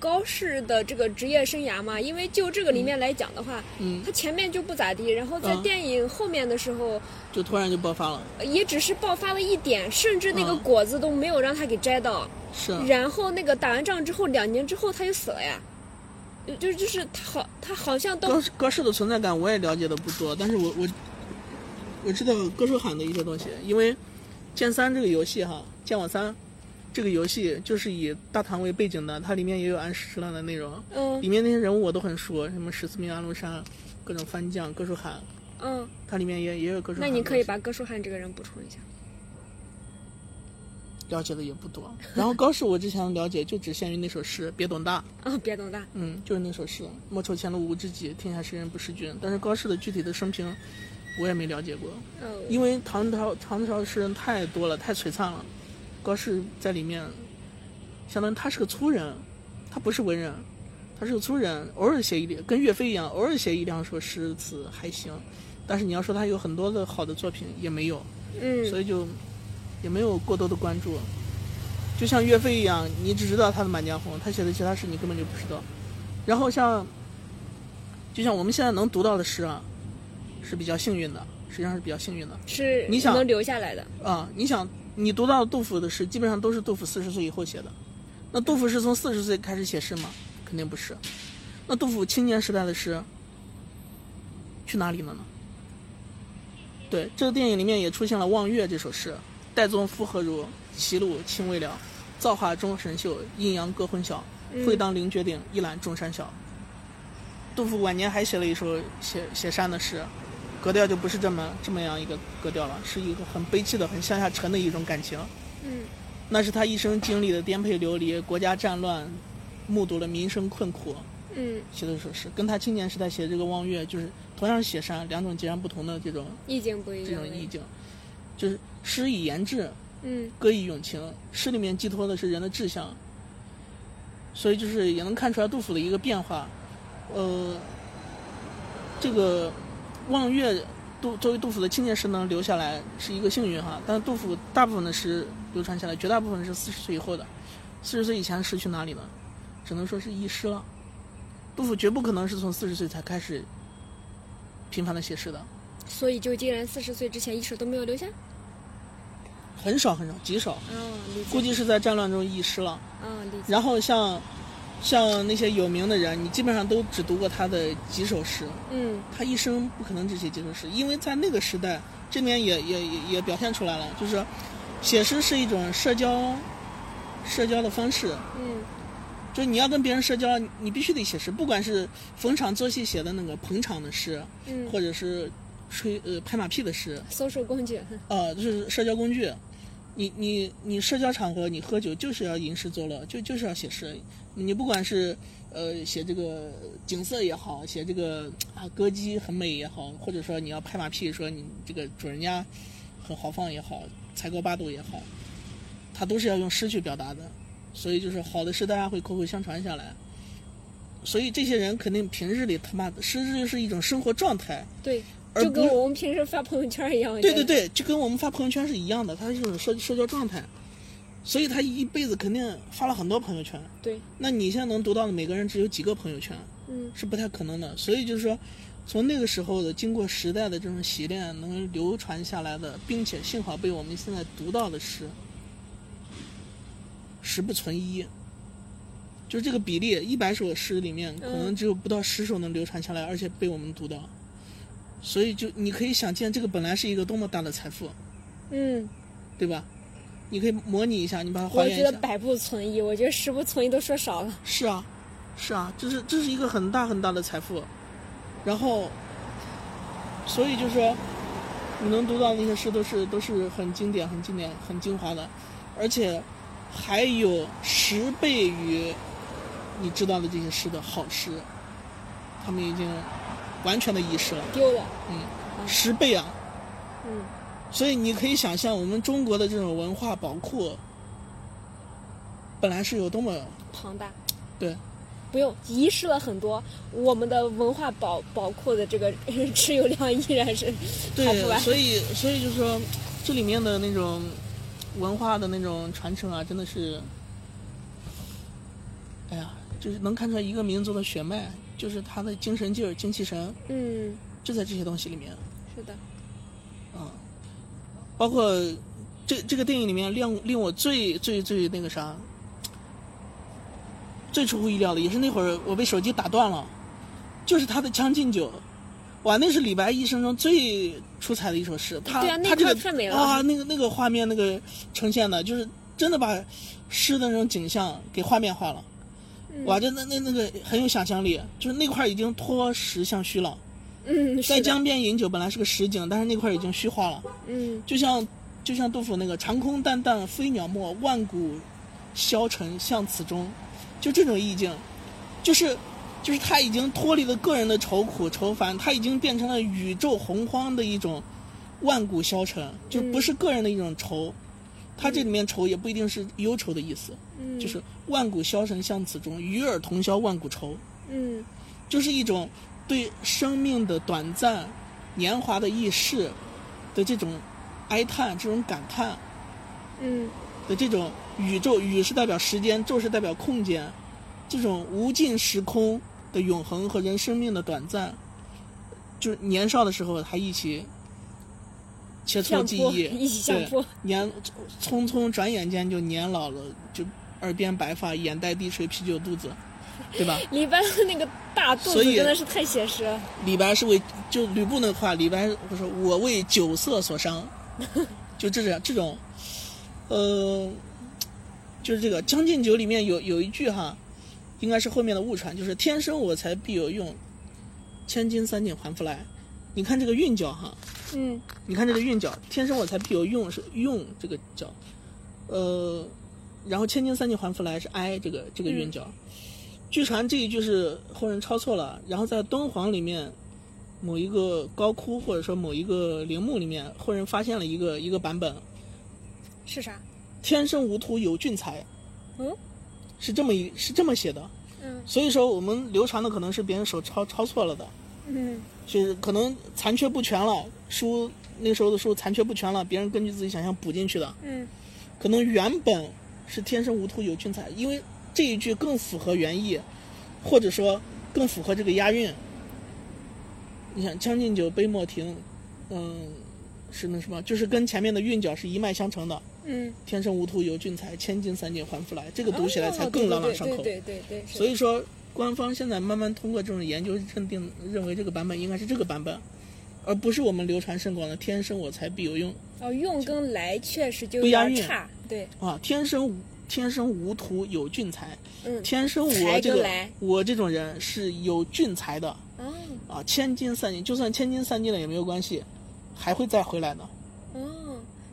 高适的这个职业生涯吗？因为就这个里面来讲的话，
嗯，
他前面就不咋地，然后在
嗯
电影后面的时候、
就突然就爆发了，
呃也只是爆发了一点，甚至那个
嗯
果子都没有让他给摘到。
是啊
然后那个打完仗之后，两年之后他就死了呀。就就就是他好，他好像都
高高适的存在感我也了解的不多，但是我我我知道歌手喊的一些东西，因为《剑三》这个游戏哈，《剑网三》这个游戏就是以大唐为背景的，它里面也有暗示了的内容，
嗯
里面那些人物我都很熟，什么十四名安禄山，各种番将、歌手喊，
嗯，
它里面也也有歌手喊
那
的东西。
你可以把哥舒翰这个人补充一下。
了解的也不多，然后高适我之前了解就只限于那首诗《别董大》。
啊，别懂大，
嗯，就是那首诗“莫愁前路无知己，天下诗人不识君”。但是高适的具体的生平，我也没了解过，
嗯，
因为唐朝唐朝诗人太多了，太璀璨了。高适在里面，相当于他是个粗人，他不是文人，他是个粗人，偶尔写一点，跟岳飞一样，偶尔写一两首诗词还行。但是你要说他有很多的好的作品，也没有，
嗯
所以就也没有过多的关注。就像岳飞一样，你只知道他的《满江红》，他写的其他诗你根本就不知道。然后像，就像我们现在能读到的诗啊，是比较幸运的，实际上是比较幸运的
嗯是
你想
能留下来的。
啊。你想，你读到杜甫的诗，基本上都是杜甫四十岁以后写的。那杜甫是从四十岁开始写诗吗？肯定不是。那杜甫青年时代的诗去哪里了呢？对，这个电影里面也出现了《望月》这首诗：“岱宗夫何如？歧路青未了。造化钟神秀，阴阳各昏晓。
嗯
会当凌绝顶，一览众山小。杜甫晚年还写了一首写写山的诗，格调就不是这么这么样一个格调了，是一个很悲戚的、很向下沉的一种感情。
嗯，
那是他一生经历的颠沛流离、国家战乱，目睹了民生困苦，
嗯，
写的一首诗，跟他青年时代写的这个《望月》就是同样是写山，两种截然不同的这种
意境不一
这
样
种
了。
意境，就是诗以言志，
嗯
歌以咏情，诗里面寄托的是人的志向，所以就是也能看出来杜甫的一个变化。呃，这个望月杜作为杜甫的青年诗能留下来是一个幸运哈，但是杜甫大部分的诗流传下来，绝大部分是四十岁以后的，四十岁以前的诗去哪里了？只能说是遗失了。杜甫绝不可能是从四十岁才开始频繁的写诗的，
所以就竟然四十岁之前一首都没有留下。
很少很少，极少，
哦，理解。
估计是在战乱中遗失了。
哦，理解。
然后像像那些有名的人，你基本上都只读过他的几首诗，
嗯
他一生不可能只写几首诗，因为在那个时代，这里面也也也也表现出来了，就是写诗是一种社交社交的方式，
嗯
就是你要跟别人社交，你必须得写诗，不管是逢场作戏写的那个捧场的诗，
嗯，
或者是吹呃拍马屁的诗，
搜索工具。
呃，就是社交工具。你你你社交场合，你喝酒就是要吟诗作乐，就就是要写诗。你不管是呃写这个景色也好，写这个啊歌姬很美也好，或者说你要拍马屁说你这个主人家很豪放也好，才高八斗也好，他都是要用诗去表达的。所以就是好的诗，大家会口口相传下来。所以这些人肯定平日里他妈的诗就是一种生活状态，
对，
而
就
不
跟
是。
我们平时发朋友圈一样。我
对
觉
对
得，
对，就跟我们发朋友圈是一样的，它是一种社社交状态，所以他一辈子肯定发了很多朋友圈。
对，
那你现在能读到的每个人只有几个朋友圈，
嗯
是不太可能的。所以就是说，从那个时候的经过时代的这种洗练，能流传下来的，并且幸好被我们现在读到的诗，十不存一。就是这个比例，一百首诗里面可
嗯
能只有不到十首能流传下来，而且被我们读到，所以就你可以想见，这个本来是一个多么大的财富，
嗯，
对吧？你可以模拟一下，你把它还
我
原一
觉
下。
得百不存一，我觉得十不存一都说少了。
是啊，是啊，这是这是一个很大很大的财富。然后，所以就是说，你能读到那些诗都是都是很经典、很经典、很精华的，而且还有十倍于你知道的这些诗的好诗，他们已经完全的遗失了，
丢了。
十倍啊！
嗯，
所以你可以想象，我们中国的这种文化宝库，本来是有多么
庞大。
对。
不用，遗失了很多。我们的文化宝宝库的这个 持有量依然是跑不
对，
完。
所以所以就是说，这里面的那种文化的那种传承啊，真的是，哎呀，就是能看出来一个民族的血脉，就是他的精神劲儿、精气神，
嗯，
就在这些东西里面。
是的。
嗯，包括这这个电影里面令令我最最最那个啥，最出乎意料的，也是那会儿我被手机打断了，就是他的《将进酒》，哇，那是李白一生中最出彩的一首诗。他
对啊那
他这个
块太美了
啊，那个那个画面那个呈现的，就是真的把诗的那种景象给画面化了。
嗯
哇，这那那那个很有想象力，就是那块儿已经脱实向虚了。
嗯，
在
是的。
江边饮酒本来是个实景，但是那块儿已经虚化了。
嗯
就像就像杜甫那个“长空淡淡飞鸟没，万古消沉向此中”，就这种意境，就是就是他已经脱离了个人的愁苦愁烦，他已经变成了宇宙洪荒的一种万古消沉，就不是个人的一种愁。他这里面愁也不一定是忧愁的意思，
嗯，
就是万古消沉向此中，与尔同销万古愁。
嗯
就是一种对生命的短暂、年华的易逝的这种哀叹、这种感叹，
嗯
的这种宇宙，宇是代表时间，宙是代表空间，这种无尽时空的永恒和人生命的短暂，就是年少的时候还一起切磋
相
技
扑
艺，
一起相
对
扑
年匆匆转眼间就年老了，就耳边白发，眼袋低垂，啤酒肚子，对吧？
李白的那个大肚
所
子
以
真的是太写实了。
李白是为就吕布那话，李白我说我为酒色所伤，就这种这种，呃，就是这个《将进酒》里面有有一句哈，应该是后面的误传，就是“天生我材必有用，千金散尽还复来”。你看这个韵脚哈，
嗯
你看这个韵脚，“天生我材必有用”是用这个脚，呃，然后“千金散尽还复来”是哀这个这个韵脚。据传这一句是后人抄错了，然后在敦煌里面某一个高窟或者说某一个陵墓里面，后人发现了一个一个版本，
是啥？
天生无图有俊才，
嗯
是这么一是这么写的。
嗯
所以说我们流传的可能是别人手抄抄错了的，
嗯
就是可能残缺不全了，书那时候的书残缺不全了，别人根据自己想象补进去的。
嗯
可能原本是天生无图有俊才，因为这一句更符合原意，或者说更符合这个押韵。你想《将进酒》杯莫停，嗯，是那什么，就是跟前面的韵脚是一脉相承的。
嗯，
天生无图有俊才，千金散尽还复来，这个读起来才
哦
更
对
朗朗上口。
对对对对对，是的
所以说，官方现在慢慢通过这种研究认定，认为这个版本应该是这个版本，而不是我们流传甚广的“天生我材必有用
哦，用跟来确实就
不
有
押
点
韵
差，对，”
啊，“天生无天生无图有俊才”，
嗯，
天生我
才
这
跟
个
来
我这种人是有俊才的
哦
啊，千金散尽，就算千金散尽了也没有关系，还会再回来的。
哦，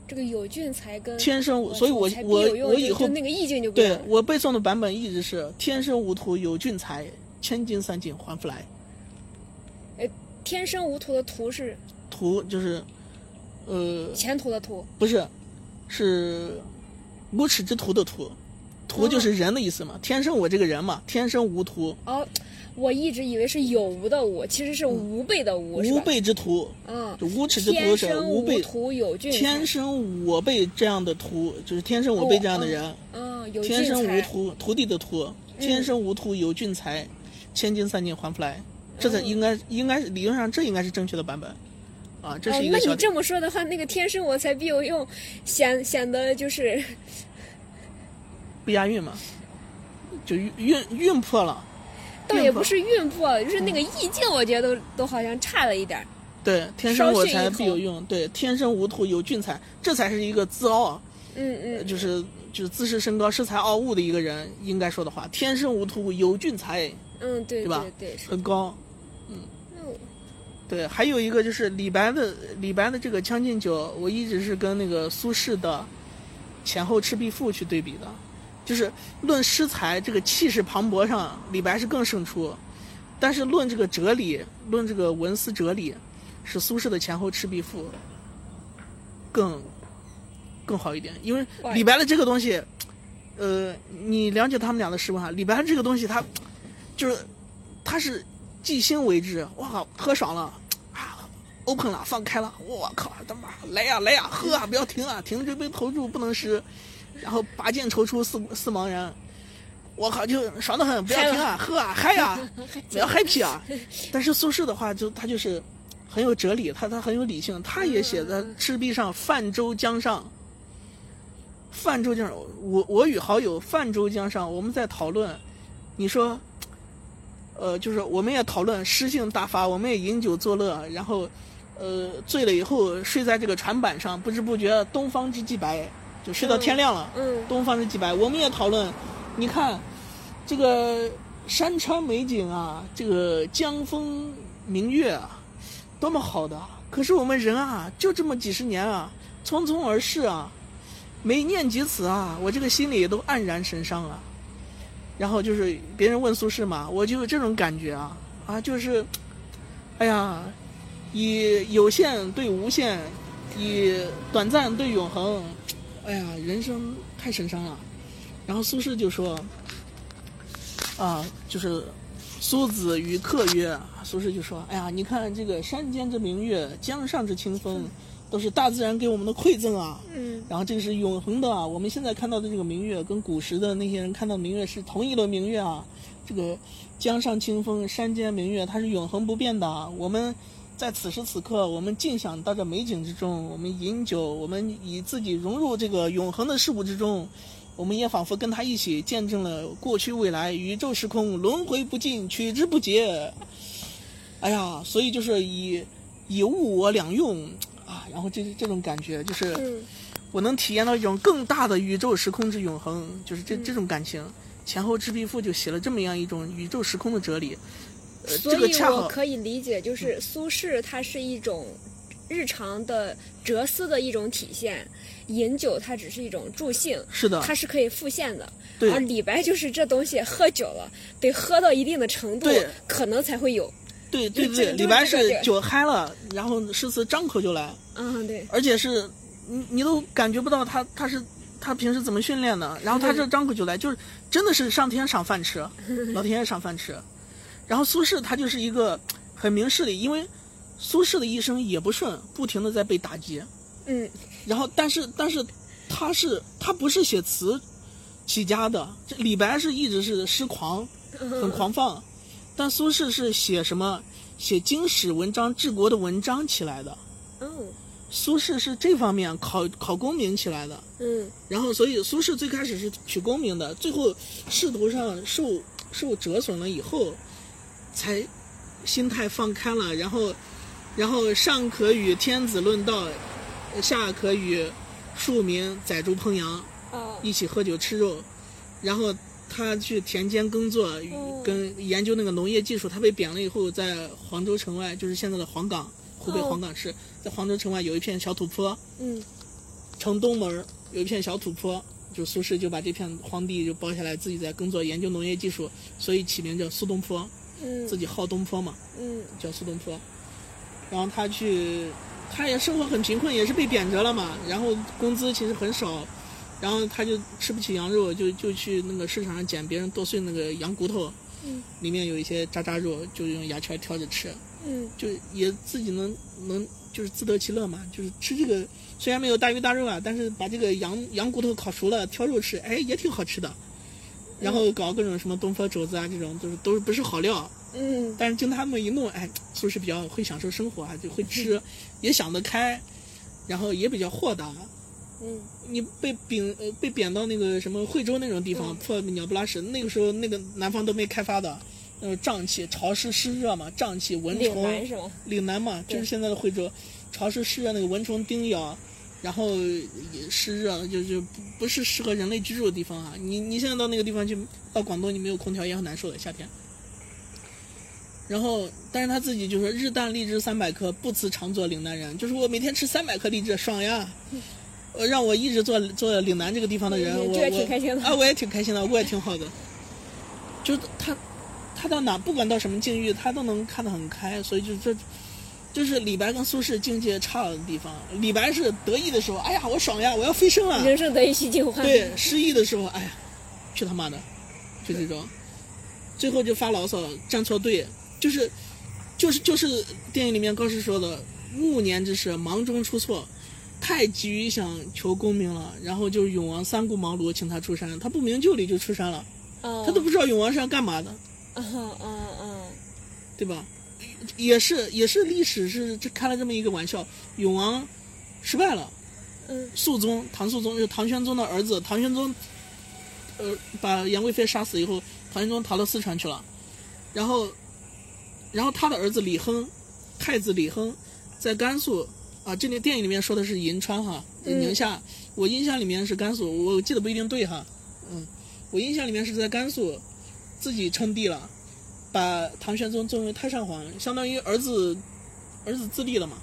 这个有俊才跟
天生无，
我
所以我
才必
我
有用
我
就
以
就
后
那个意境就不一
对
样了
我背诵的版本一直是“天生无图有俊才，千金散尽还复来
天生无图的图是”，
图就是呃
前途的途，
不是，是无耻之徒的徒，徒就是人的意思嘛。天生我这个人嘛，天生无徒，
哦，我一直以为是有无的无，其实是无辈的无，是
无
吧？
辈之徒，
嗯
就，无耻之徒
天
是
生
无
无
辈。
图有俊才，
天生我辈这样的徒，就是天生我辈这样的人，
嗯有
天
俊
生无
才，嗯
徒徒弟的徒，天生无徒有俊才，千金散尽还复来。这
嗯
才应该应该是理论上这应该是正确的版本，啊，这
哦
是一，
那
个小
你这么说的话，那个天生我材必有用，显显得就是
不押韵嘛，就韵韵韵破了。
倒也
破
不是韵破了，就是那
嗯
个意境，我觉得都都好像差了一点儿。
对，天生我
稍逊一
材必有
口
用。对，天生无徒有俊才，这才是一个自傲啊，
嗯嗯，
就是就是自视身高、恃才傲物的一个人应该说的话。天生无徒有俊才，
嗯，对
对吧
对对，是嗯
很高。
那我
对，还有一个就是李白的李白的这个《将进酒》，我一直是跟那个苏轼的《前后赤壁赋》去对比的，就是论诗才这个气势磅礴上，李白是更胜出，但是论这个哲理，论这个文思哲理，是苏轼的《前后赤壁赋》更更好一点，因为
哇
李白的这个东西，呃，你了解他们俩的诗文哈，李白这个东西他就是他是即兴为之，哇靠，喝爽了啊，open 了，放开了，我靠，他妈来呀来呀，喝啊，不要停啊，停这杯投注不能失，然后拔剑抽出似似茫然，我靠，就爽得很，不要停啊，喝啊，嗨呀、比较 happy 啊。但是苏轼的话，就他就是很有哲理，他他很有理性，他也写在赤壁上泛舟江上。泛舟江上，我我与好友泛舟江上，我们在讨论，你说，呃，就是我们也讨论诗性大发，我们也饮酒作乐，然后，呃，醉了以后睡在这个船板上，不知不觉东方之既白，就睡到天亮了。
嗯
东方之既白，我们也讨论，你看这个山川美景啊，这个江风明月啊，多么好的啊！可是我们人啊，就这么几十年啊，匆匆而逝啊，每念及此啊，我这个心里也都黯然神伤啊。然后就是别人问苏轼嘛，我就有这种感觉啊啊，就是，哎呀，以有限对无限，以短暂对永恒，哎呀，人生太神伤了。然后苏轼就说，啊，就是苏子与客曰，苏轼就说，哎呀，你看这个山间之明月，江上之清风，都是大自然给我们的馈赠啊。
嗯
然后这个是永恒的啊，我们现在看到的这个明月，跟古时的那些人看到的明月是同一轮明月啊。这个江上清风，山间明月，它是永恒不变的啊。我们在此时此刻，我们尽享到这美景之中，我们饮酒，我们以自己融入这个永恒的事物之中，我们也仿佛跟它一起见证了过去、未来、宇宙时空轮回不尽，取之不竭。哎呀，所以就是以以物我两用啊，然后这这种感觉就是。
嗯，
我能体验到一种更大的宇宙时空之永恒，就是
嗯
这、这种感情。前后之必赋就写了这么样一种宇宙时空的哲理，呃，
所
这个
以
恰
我
好嗯
可以理解，就是苏轼它是一种日常的哲思的一种体现，饮酒它只是一种助兴，
是的，
它是可以复现的。
对
而李白就是这东西喝酒了，得喝到一定的程度
对，
可能才会有。
对对
这
对，
个
李白
这个
是
对
酒嗨了，然后诗词张口就来，
嗯，对，
而且是你你都感觉不到他他是他平时怎么训练的，然后他这张口就来，就是真的是上天赏饭吃，老天爷赏饭吃。然后苏轼他就是一个很明事理，因为苏轼的一生也不顺，不停的在被打击，
嗯，
然后但是但是他是他不是写词起家的，这李白是一直是诗狂，
嗯
很狂放，但苏轼是写什么写经史文章治国的文章起来的，
嗯
苏轼是这方面考考功名起来的，
嗯
然后所以苏轼最开始是取功名的，最后仕途上受受折损了以后，才心态放开了，然后然后上可与天子论道，下可与庶民宰猪烹羊，
啊
一起喝酒吃肉，然后他去田间耕作，与
哦
跟研究那个农业技术。他被贬了以后，在黄州城外，就是现在的黄冈，湖北
哦
黄冈市，在黄州城外有一片小土坡，
嗯
城东门儿有一片小土坡，就苏轼就把这片荒地就包下来，自己在耕作研究农业技术，所以起名叫苏东坡，
嗯
自己号东坡嘛，
嗯
叫苏东坡。然后他去，他也生活很贫困，也是被贬谪了嘛，然后工资其实很少，然后他就吃不起羊肉，就就去那个市场上捡别人剁碎那个羊骨头，
嗯
里面有一些渣渣肉，就用牙签挑着吃。
嗯
就也自己能能就是自得其乐嘛，就是吃这个虽然没有大鱼大肉啊，但是把这个羊羊骨头烤熟了挑肉吃，哎也挺好吃的。然后搞各种什么东坡肘子啊，这种都是都是不是好料，
嗯
但是经他们一弄，哎，苏轼比较会享受生活啊，就会吃，也想得开，然后也比较豁达。
嗯
你被贬呃被贬到那个什么惠州那种地方，破鸟不拉屎，那个时候那个南方都没开发的，那种瘴气、潮湿、湿热嘛，瘴气、蚊
岭
虫，
南是吗？
岭南嘛，就是
对
现在的惠州，潮湿湿热，那个蚊虫叮咬，啊然后也湿热，就就不不是适合人类居住的地方啊。你你现在到那个地方去，到广东你没有空调也很难受的夏天。然后，但是他自己就说：“日啖荔枝三百颗，不辞常作岭南人。”就是我每天吃三百颗荔枝，爽呀！呃，让我一直做做岭南这个地方的人，
嗯
我
这
我
也挺开心的
啊，我也挺开心的，我也挺好的。就是他，他到哪不管到什么境遇，他都能看得很开，所以就这，就是李白跟苏轼境界差的地方。李白是得意的时候，哎呀，我爽呀，我要飞升了；
人生得意须尽欢。
对，失意的时候，哎呀，去他妈的，就这种，最后就发牢骚，站错队，就是，就是就是电影里面高适说的“暮年之事，忙中出错”。太急于想求功名了，然后就永王三顾茅庐请他出山，他不明就里就出山了，
啊，
他都不知道永王山干嘛的。
啊啊啊！
对吧？也是也是历史是这开了这么一个玩笑，永王失败了，
嗯
肃宗唐肃宗就是唐玄宗的儿子，唐玄宗，呃，把杨贵妃杀死以后，唐玄宗逃到四川去了，然后，然后他的儿子李亨，太子李亨，在甘肃啊，这里电影里面说的是银川哈，
嗯
宁夏，我印象里面是甘肃，我记得不一定对哈，嗯，我印象里面是在甘肃自己称帝了，把唐玄宗尊为太上皇，相当于儿子儿子自立了嘛。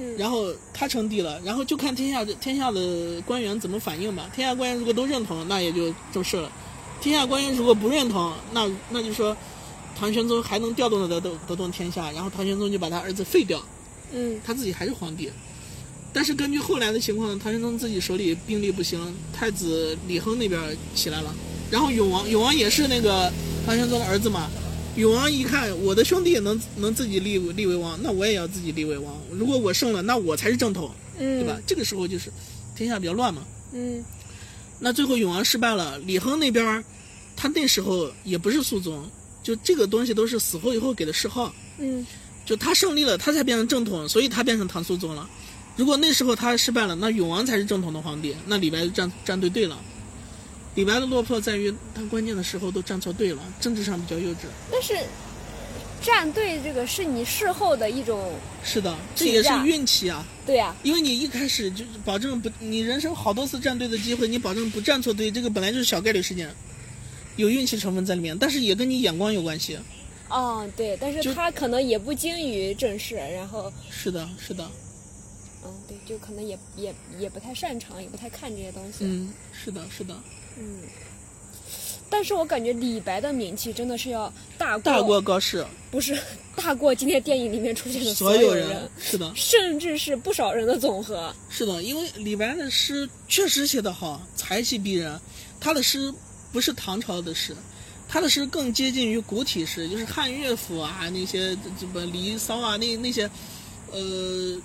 嗯
然后他称帝了，然后就看天下的天下的官员怎么反应吧。天下官员如果都认同，那也就正事了；天下官员如果不认同，那那就说唐玄宗还能调动得得得动天下，然后唐玄宗就把他儿子废掉，
嗯
他自己还是皇帝。但是根据后来的情况，唐玄宗自己手里兵力不行，太子李亨那边起来了，然后永王永王也是那个唐玄宗的儿子嘛。永王一看我的兄弟能能自己立立为王，那我也要自己立为王。如果我胜了，那我才是正统。
嗯嗯
对吧？这个时候就是天下比较乱嘛。
嗯
那最后永昂失败了，李亨那边儿他那时候也不是肃宗，就这个东西都是死后以后给的谥号，
嗯
就他胜利了，他才变成正统，所以他变成唐肃宗了。如果那时候他失败了，那永昂才是正统的皇帝，那李白就站站对队了。李白的落魄在于他关键的时候都站错队了，政治上比较幼稚。
但是站队这个是你事后的一种，
是的，这
请
也是
假
运气啊。
对呀、
因为你一开始就是保证不，你人生好多次站队的机会，你保证不站错队，这个本来就是小概率事件，有运气成分在里面，但是也跟你眼光有关系。
哦，对，但
就是
他可能也不精于政事，然后，
是的，是的，
嗯，对，就可能也也也不太擅长，也不太看这些东西。
嗯，是的，是的，
嗯但是我感觉李白的名气真的是要大过，
大过高适，
不是大过今天电影里面出现的
所
有
人，是的，
甚至是不少人的总和。
是的，因为李白的诗确实写得好，才气逼人。他的诗不是唐朝的诗，他的诗更接近于古体诗，就是汉乐府啊，那些什么《离骚》啊，那那些，呃，《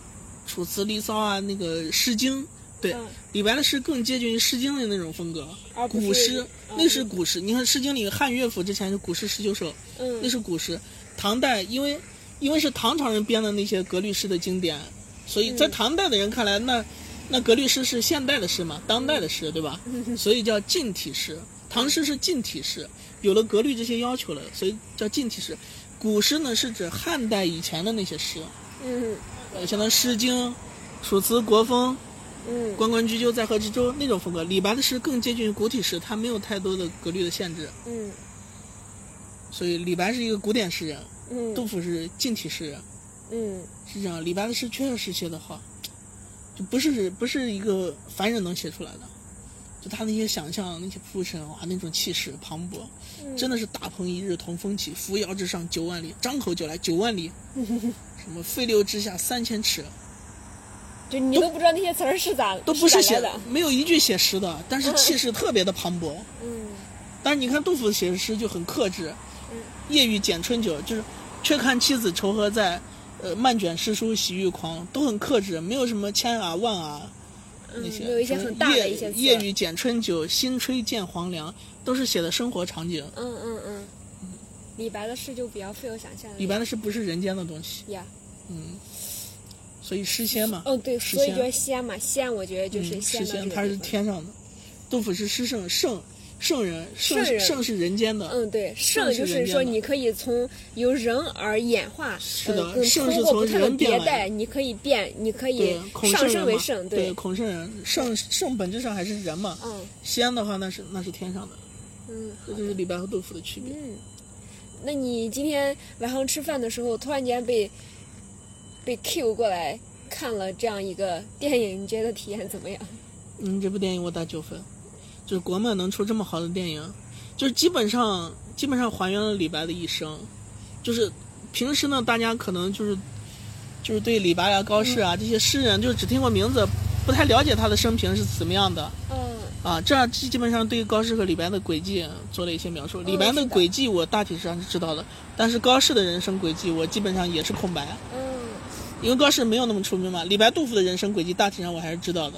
楚辞》《离骚》啊，那个《诗经》。对，
嗯
李白的诗更接近于《诗经》的那种风格，
而不是
古诗，
嗯
那是古诗。你看《诗经》里汉乐府之前是古诗十九首，
嗯，
那是古诗。唐代因为因为是唐朝人编的那些格律诗的经典，所以在
嗯
唐代的人看来，那那格律诗是现代的诗嘛，当代的诗对吧？所以叫近体诗。唐诗是近体诗，有了格律这些要求了，所以叫近体诗。古诗呢是指汉代以前的那些诗，
嗯
呃，相当于《诗经》《楚辞》《国风》
嗯
“关关雎鸠，在河之洲”那种风格。李白的诗更接近于古体诗，他没有太多的格律的限制，
嗯
所以李白是一个古典诗人，
嗯
杜甫是近体诗人。
嗯，
是这样，李白的诗确实写得好，就不是不是一个凡人能写出来的。就他那些想象，那些铺陈，哇，那种气势磅礴，真的是大鹏一日同风起，扶摇直上九万里，张口就来九万里，什么飞流直下三千尺，
就你都不知道那些词儿是咋
都不是
咋
写
来的。
没有一句写实的，但是气势特别的磅礴。
嗯
但是你看杜甫写的诗就很克制，夜雨剪春酒就是却看妻子愁何在，呃，漫卷诗书喜欲狂，都很克制，没有什么千啊万啊那
嗯，
些。
没有一些
什么
很大的
夜
一些词。
夜雨剪春酒，新炊见黄粱，都是写的生活场景。
嗯嗯嗯，李白的诗就比较富有想象力。
李白的诗不是人间的东西，
呀，
嗯，所以诗仙嘛，
哦对，
诗
所以
仙
就是仙嘛，仙我觉得就是
嗯
仙
诗
到这
仙
个
他是
地方
天上的，杜甫是诗圣，圣圣人，圣
圣人
圣是人间的，
嗯，对，
圣
圣
是
就
人
是
间的
说你可以从由人而演化，
是
呃
的
更
圣
通
是从
过不断的
人变
迭
来
代，你可以变，你可以
对，孔
上
圣
升
人
为
嘛，
圣，
对，，孔圣人，圣圣本质上还是人嘛。
嗯
仙的话，那是那是天上的，
嗯
这就是李白和杜甫的区别。
嗯。那你今天晚上吃饭的时候，突然间被被 Q 过来看了这样一个电影，你觉得体验怎么样？
嗯，这部电影我打九分，就是国漫能出这么好的电影，就是基本上基本上还原了李白的一生，就是平时呢，大家可能就是就是对李白啊、高适
嗯
啊、这些诗人，就只听过名字，不太了解他的生平是怎么样的
嗯
啊。这样基本上对高适和李白的轨迹做了一些描述。李白
哦是
的
的
轨迹我大体上是知道的，但是高适的人生轨迹我基本上也是空白。
嗯
因为高适没有那么出名嘛，李白、杜甫的人生轨迹大体上我还是知道的，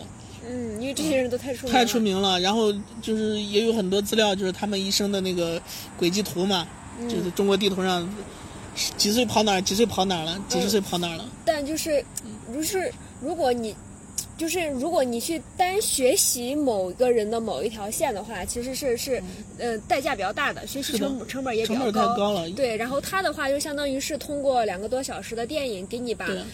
嗯，因为这些人都太出名了，
太出名了。然后就是也有很多资料，就是他们一生的那个轨迹图嘛，
嗯
就是中国地图上几岁跑哪儿，几岁跑哪儿了，
嗯
几十岁跑哪儿了。
但就是，就是如果你，就是如果你去单学习某一个人的某一条线的话，其实是是，呃，代价比较大的，学习
是的
成本成本也比
成
较
本太高了
对，然后他的话就相当于是通过两个多小时的电影给你把，
对啊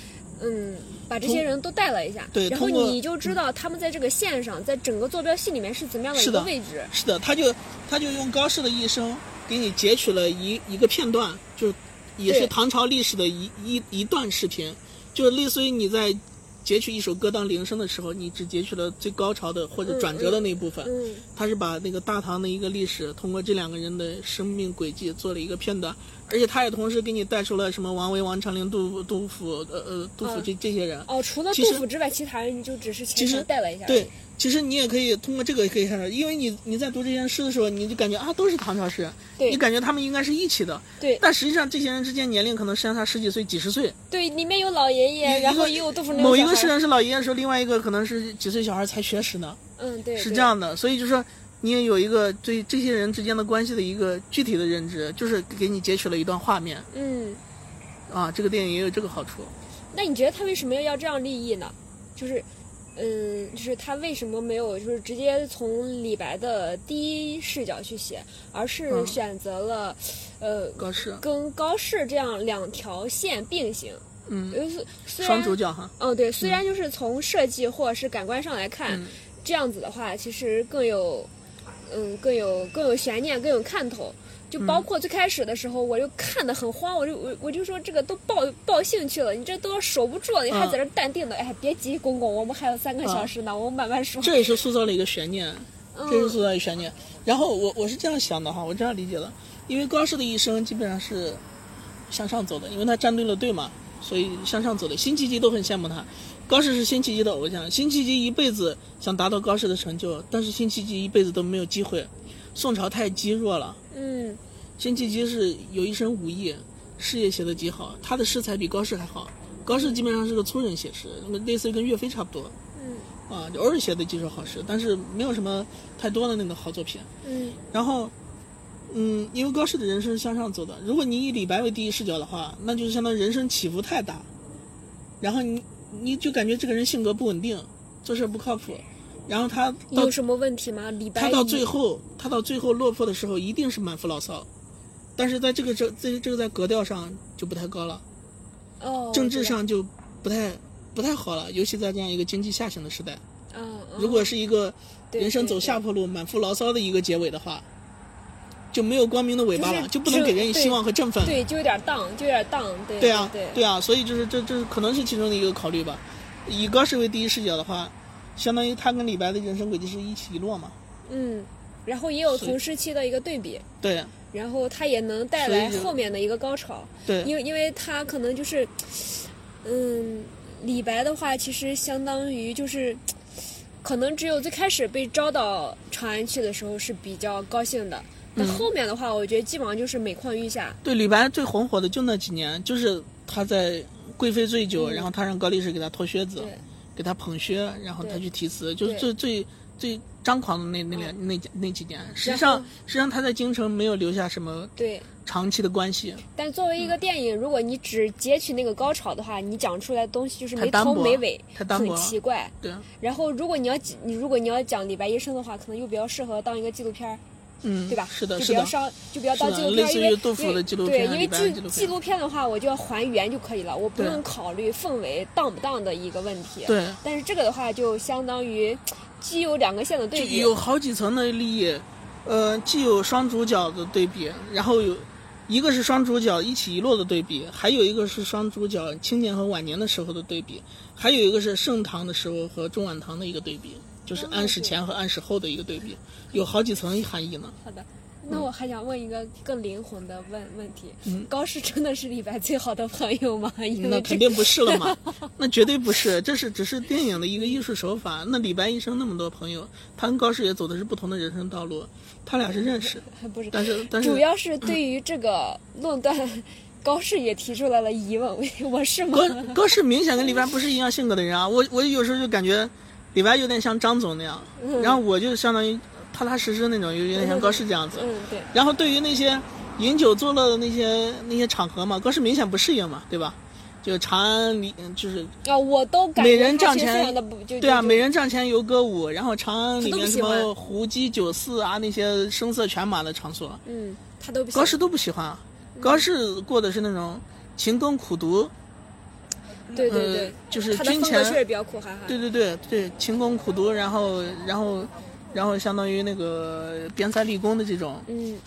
嗯，把这些人都带了一下，
对
然后
通过嗯
你就知道他们在这个线上，在整个坐标系里面是怎么样的一
是
个
的
位置。
是的，他就他就用高适的一生给你截取了一一个片段，就是也
对
是唐朝历史的一一一段视频，就是类似于你在截取一首歌当铃声的时候，你只截取了最高潮的或者转折的那一部分。
嗯
他是把那个大唐的一个历史，通过这两个人的生命轨迹做了一个片段，而且他也同时给你带出了什么王维、王昌龄、杜杜甫、呃呃杜甫这、这些人。
哦，除了
其
杜
实
甫之外，其他人就只是
其
前
实
面带了一下。
对，其实你也可以通过这个也可以看出来，因为你你在读这些诗的时候，你就感觉啊都是唐朝诗，
对
你感觉他们应该是一起的，
对
但实际上这些人之间年龄可能相差十几岁、几十岁，
对，里面有老爷爷，
一
然后
个
也有杜甫那
某一个诗
是
人是老爷爷的时候，另外一个可能是几岁小孩才学识呢，
嗯对，
是
对
这样的，所以就是说你也有一个对这些人之间的关系的一个具体的认知，就是给你截取了一段画面
嗯，
啊，这个电影也有这个好处。
那你觉得他为什么要这样立意呢？就是，嗯，就是他为什么没有就是直接从李白的第一视角去写，而是
嗯
选择了，呃，
高适，
跟高适这样两条线并行。
嗯，
呃，虽虽
双
然
主角哈，
嗯对，虽然就是从设计或者是感官上来看，
嗯
这样子的话，其实更有，嗯，更有更有悬念，更有看头。就包
嗯
括最开始的时候，我就看得很慌，我就我我就说这个都爆爆兴趣了，你这都守不住了，
嗯
你还在这淡定的，哎，别急，公公，我们还有三个小时呢，我们慢慢说。
这也是塑造了一个悬念，这是
嗯
塑造一个悬念。然后我我是这样想的哈，我这样理解的，因为高适的一生基本上是向上走的，因为他站对了队嘛，所以向上走的。辛弃疾都很羡慕他，高适是辛弃疾的偶像，辛弃疾一辈子想达到高适的成就，但是辛弃疾一辈子都没有机会。宋朝太积弱了，
嗯
辛弃疾是有一身武艺，诗也写得极好，他的诗才比高适还好。高适基本上是个粗人写诗，那么类似于跟岳飞差不多。
嗯
啊，就偶尔写的几首好诗，但是没有什么太多的那个好作品。
嗯
然后，嗯，因为高适的人生是向上走的，如果你以李白为第一视角的话，那就是相当于人生起伏太大，然后你你就感觉这个人性格不稳定，做事不靠谱，然后他
你
到
有什么问题吗？李白
他到
一
最后，他到最后落魄的时候，一定是满腹牢骚，但是在这个这这这个在格调上就不太高了，
哦，
政治
我知道
上就不太不太好了，尤其在这样一个经济下行的时代，
嗯，嗯
如果是一个
对
人生
对
走
对
下坡路、满腹牢骚的一个结尾的话，就没有光明的尾巴了，
就是
就不能给人以希望和振奋。
对，就有点荡，就有点荡，对
对啊，
对
对啊，所以就是这这可能是其中的一个考虑吧。以高适为第一视角的话，相当于他跟李白的人生轨迹是一起一落嘛。
嗯，然后也有
是
同时期的一个对比，
对
然后它也能带
所以
来
就
后面的一个高潮，
对
因为因为它可能就是，嗯，李白的话其实相当于就是，可能只有最开始被招到长安去的时候是比较高兴的，
嗯
但后面的话，我觉得基本上就是每况愈下，
对，李白最红火的就那几年，就是他在贵妃醉酒，然后他让高力士给他脱靴子
嗯对，
给他捧靴，然后他
对
去题词，就是最
对嗯
最最张狂的那那两那那几年。实际
然
上
后
实际上他在京城没有留下什么
对。
长期的关系，
但作为一个电影，如果你只截取那个高潮的话，你讲出来的东西就是
太
没
单
头
薄
没尾，
太单薄
很
了
奇怪。
对，
然后，如果你要讲你如果你要讲李白一生的话，可能又比较适合当一个纪录片儿，
嗯，
对吧？
是的，
就是比较
的，
上，就比较当
是的
纪录片儿，
类似
因
于
为
杜甫
因为
的纪录片
对，因为
李白的纪
纪
录片
纪录片的话，我就要还原就可以了，我不
对
用考虑氛围当不当的一个问题。
对，
但是这个的话，就相当于既有两个线的对比，
有好几层的利益，呃，既有双主角的对比，然后有一个是双主角一起一落的对比，还有一个是双主角青年和晚年的时候的对比，还有一个是盛唐的时候和中晚唐的一个对比，
哦
就是安史前和安史后的一个对比，有好几层含义呢。
好的。那我还想问一个更灵魂的问问题：
嗯
高适真的是李白最好的朋友吗？因
那
为这
肯定不是了嘛，那绝对不是，这是只是电影的一个艺术手法。那李白一生那么多朋友，他跟高适也走的是不同的人生道路，他俩是认识，
不是，
但是但是
主要是对于这个论断， 高适也提出来了疑问： 我我是吗？
高高适明显跟李白不是一样性格的人啊，我我有时候就感觉李白有点像张总那样，
嗯
然后我就相当于踏踏实实那种，有有点像高适这样子。
嗯，对。
然后对于那些饮酒作乐的那些那些场合嘛，高适明显不适应嘛，对吧？就长安里就是
啊，我都感
每
觉
人
他
帐
其实
前
非常的不就
对啊，
就嗯
每人帐前游歌舞，然后长安里
他都
面
不
什
喜欢
么胡姬酒肆啊那些声色犬马的场所，
嗯，他都不
高
行
适都不喜欢啊。
嗯
高适过的是那种勤耕苦读，
对对
呃
对，
就是
他的
军
风
前
格确实比较苦哈哈。
对对对对，勤工苦读，然后然后然后相当于那个边塞立功的这种，
嗯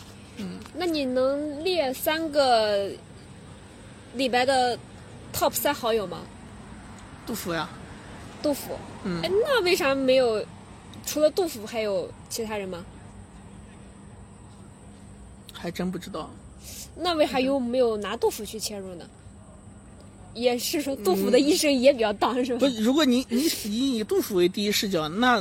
那你能列三个李白的 top 三好友吗？
杜甫呀，
杜甫，
嗯
哎，那为啥没有？除了杜甫，还有其他人吗？
还真不知道。
那为啥又没有拿杜甫去切入呢？也
嗯
是说杜甫的一生也比较荡，是吧
不，？如果你你你以杜甫为第一视角，那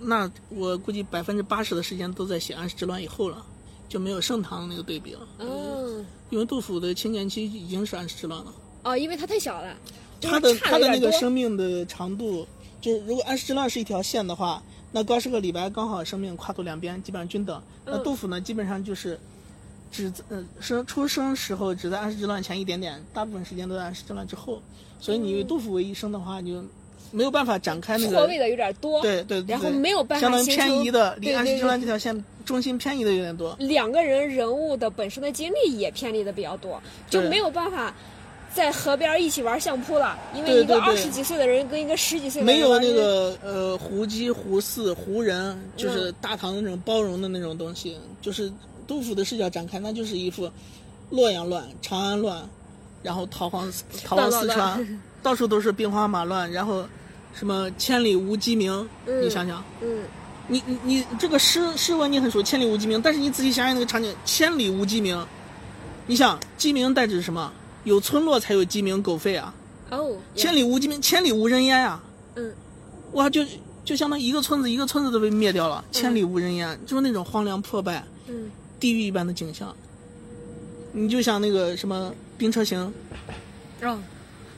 那我估计百分之八十的时间都在写安史之乱以后了，就没有盛唐的那个对比了。
嗯，
因为杜甫的青年期已经是安史之乱了，
哦，因为他太小了，就
他
是
的
差
他
得
的
有
那
点多
个生命的长度，就是如果安史之乱是一条线的话，那高适和李白刚好生命跨度两边基本上均等。那
嗯
杜甫呢，基本上就是只呃生出生时候只在安史之乱前一点点，大部分时间都在安史之乱之后。所以你以杜甫为一生的话，你就没有办法展开那
嗯错位
个。
的有点多，
对对，
然后
对
没有办法
相当于
形成
偏移的，离
对
安
对
史之
对
乱这条线中心偏移的有点多。
两个人人物的本身的经历也偏离的比较多，就
对
没有办法在河边一起玩相扑了，因为
对
一个
对对
二十几岁的人跟一个十几岁的人
没有
玩
那个呃胡姬、胡四、胡人，就是
嗯
大唐的那种包容的那种东西，就是杜甫的视角展开，那就是一副洛阳乱、长安乱，然后逃荒逃亡
乱
四
乱
川，到处都是兵荒马乱，然后什么千里无鸡鸣，
嗯
你想想。
嗯，
你你你这个诗诗文你很熟，千里无鸡鸣，但是你仔细想想那个场景，千里无鸡鸣，你想鸡鸣代指什么？有村落才有鸡鸣狗吠啊，
哦，
千里无鸡鸣，千里无人烟啊。
嗯，
哇，就就相当于一个村子一个村子都被灭掉了，千里无人烟，就是那种荒凉破败、
嗯
地狱一般的景象。你就像那个什么《兵车行》，
哦，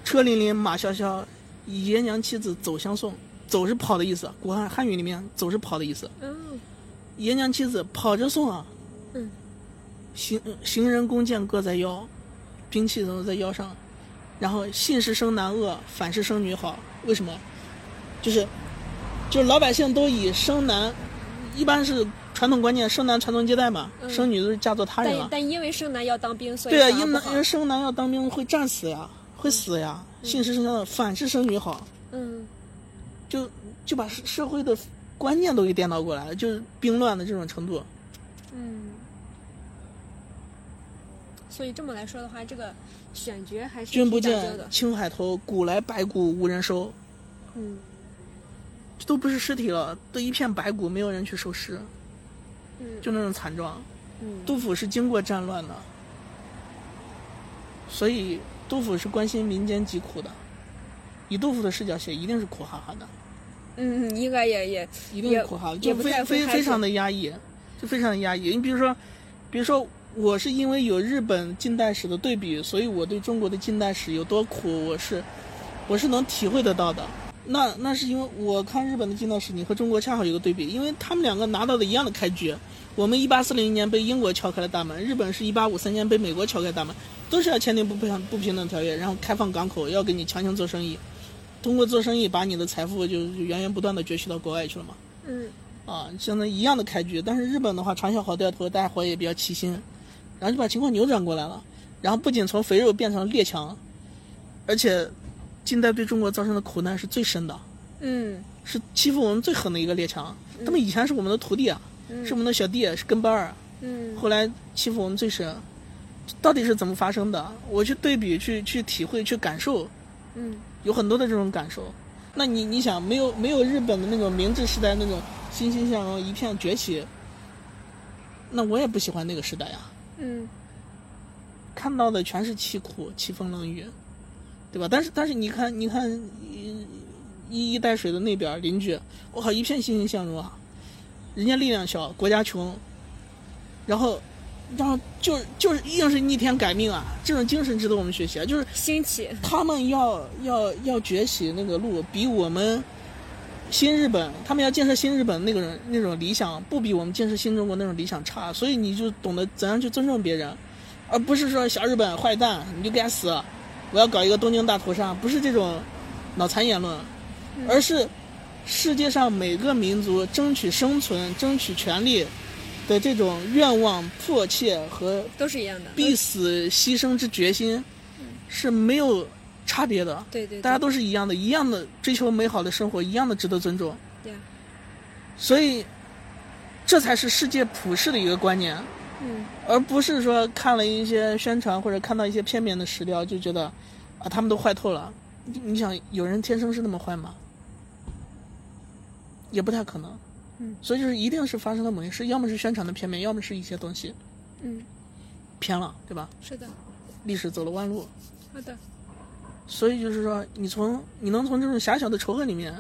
车辚辚，马萧萧，爷娘妻子走相送。走是跑的意思，古汉汉语里面走是跑的意思。
嗯
爷娘妻子跑着送啊。
嗯。
行行人弓箭各在腰，兵器都在腰上。然后信是生男恶，反是生女好。为什么？就是，就是老百姓都以生男，一般是传统观念，生男传宗接代嘛，
嗯
生女都是嫁作他人
但
嘛。
但因为生男要当兵，所以
对啊，
反而
因
不
男
好
因为生男要当兵会战死呀，会死呀。信是生男恶，反是生女好。
嗯
就就把社社会的观念都给颠倒过来了，就是兵乱的这种程度。
嗯，所以这么来说的话，这个选角还是
君不
挺讲究
见
的，
青海头，古来白骨无人收。
嗯
这都不是尸体了，都一片白骨，没有人去收尸，
嗯
就那种惨状。
嗯
杜甫是经过战乱的，所以杜甫是关心民间疾苦的。以杜甫的视角写，一定是苦哈哈的，
嗯，应该也也
一定
也
是苦哈哈的，
也
就
不
非
太会
非
害
非
羞
常的压抑，就非常的压抑。你比如说，比如说，我是因为有日本近代史的对比，所以我对中国的近代史有多苦，我是我是能体会得到的。那那是因为我看日本的近代史，你和中国恰好有个对比，因为他们两个拿到的一样的开局。我们一八四零年被英国敲开了大门，日本是一八五三年被美国敲开大门，都是要签订不平不平等条约，然后开放港口，要给你强行做生意，通过做生意把你的财富就就源源不断的攫取到国外去了嘛。
嗯
啊，相当于一样的开局，但是日本的话长小好掉头，大家伙也比较齐心，然后就把情况扭转过来了，然后不仅从肥肉变成列强，而且近代对中国造成的苦难是最深的，
嗯
是欺负我们最狠的一个列强，他们以前是我们的徒弟啊，是我们的小弟，是跟班儿，啊
嗯
后来欺负我们最深，到底是怎么发生的？我去对比、去去体会、去感受，
嗯
有很多的这种感受。那你你想，没有没有日本的那种明治时代那种欣欣向荣、一片崛起，那我也不喜欢那个时代呀。啊
嗯
看到的全是凄苦、凄风冷雨，对吧？但是但是你看，你看一一衣带水的那边儿邻居，我靠，一片欣欣向荣啊！人家力量小，国家穷，然后然后就是就是硬是逆天改命啊！这种精神值得我们学习啊！就是
兴起，
他们要要要崛起那个路，比我们新日本，他们要建设新日本那个人那种理想，不比我们建设新中国那种理想差。所以你就懂得怎样去尊重别人，而不是说小日本坏蛋你就该死，我要搞一个东京大屠杀，不是这种脑残言论，而是世界上每个民族争取生存、争取权利的这种愿望迫切和
都是一样的，
必死牺牲之决心
嗯
是没有差别的，
对对，
大家都是一样的，一样的追求美好的生活，一样的值得尊重。
对呀
所以，这才是世界普世的一个观念，
嗯
而不是说看了一些宣传或者看到一些片面的史料就觉得啊他们都坏透了。你你想，有人天生是那么坏吗？也不太可能。
嗯，
所以就是一定是发生了某一事，要么是宣传的片面，要么是一些东西
嗯，
偏了，对吧？
是的，
历史走了弯路。
好的，
所以就是说，你从你能从这种狭小的仇恨里面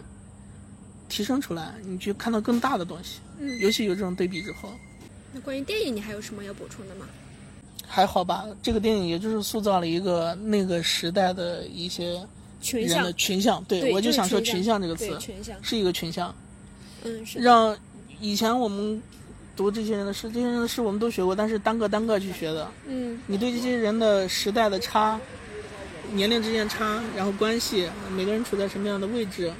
提升出来，你去看到更大的东西。
嗯
尤其有这种对比之后，
那关于电影，你还有什么要补充的吗？
还好吧。这个电影也就是塑造了一个那个时代的一些
群
人
像
的，群像。对，
对，
我
就是
想说“
群
群像”这个
对
词，
群像，
是一个群像，
嗯，是的，
让以前我们读这些人的诗，这些人的诗我们都学过，但是单个单个去学的。
嗯，
你对这些人的时代的差、年龄之间的差，然后关系，每个人处在什么样的位置，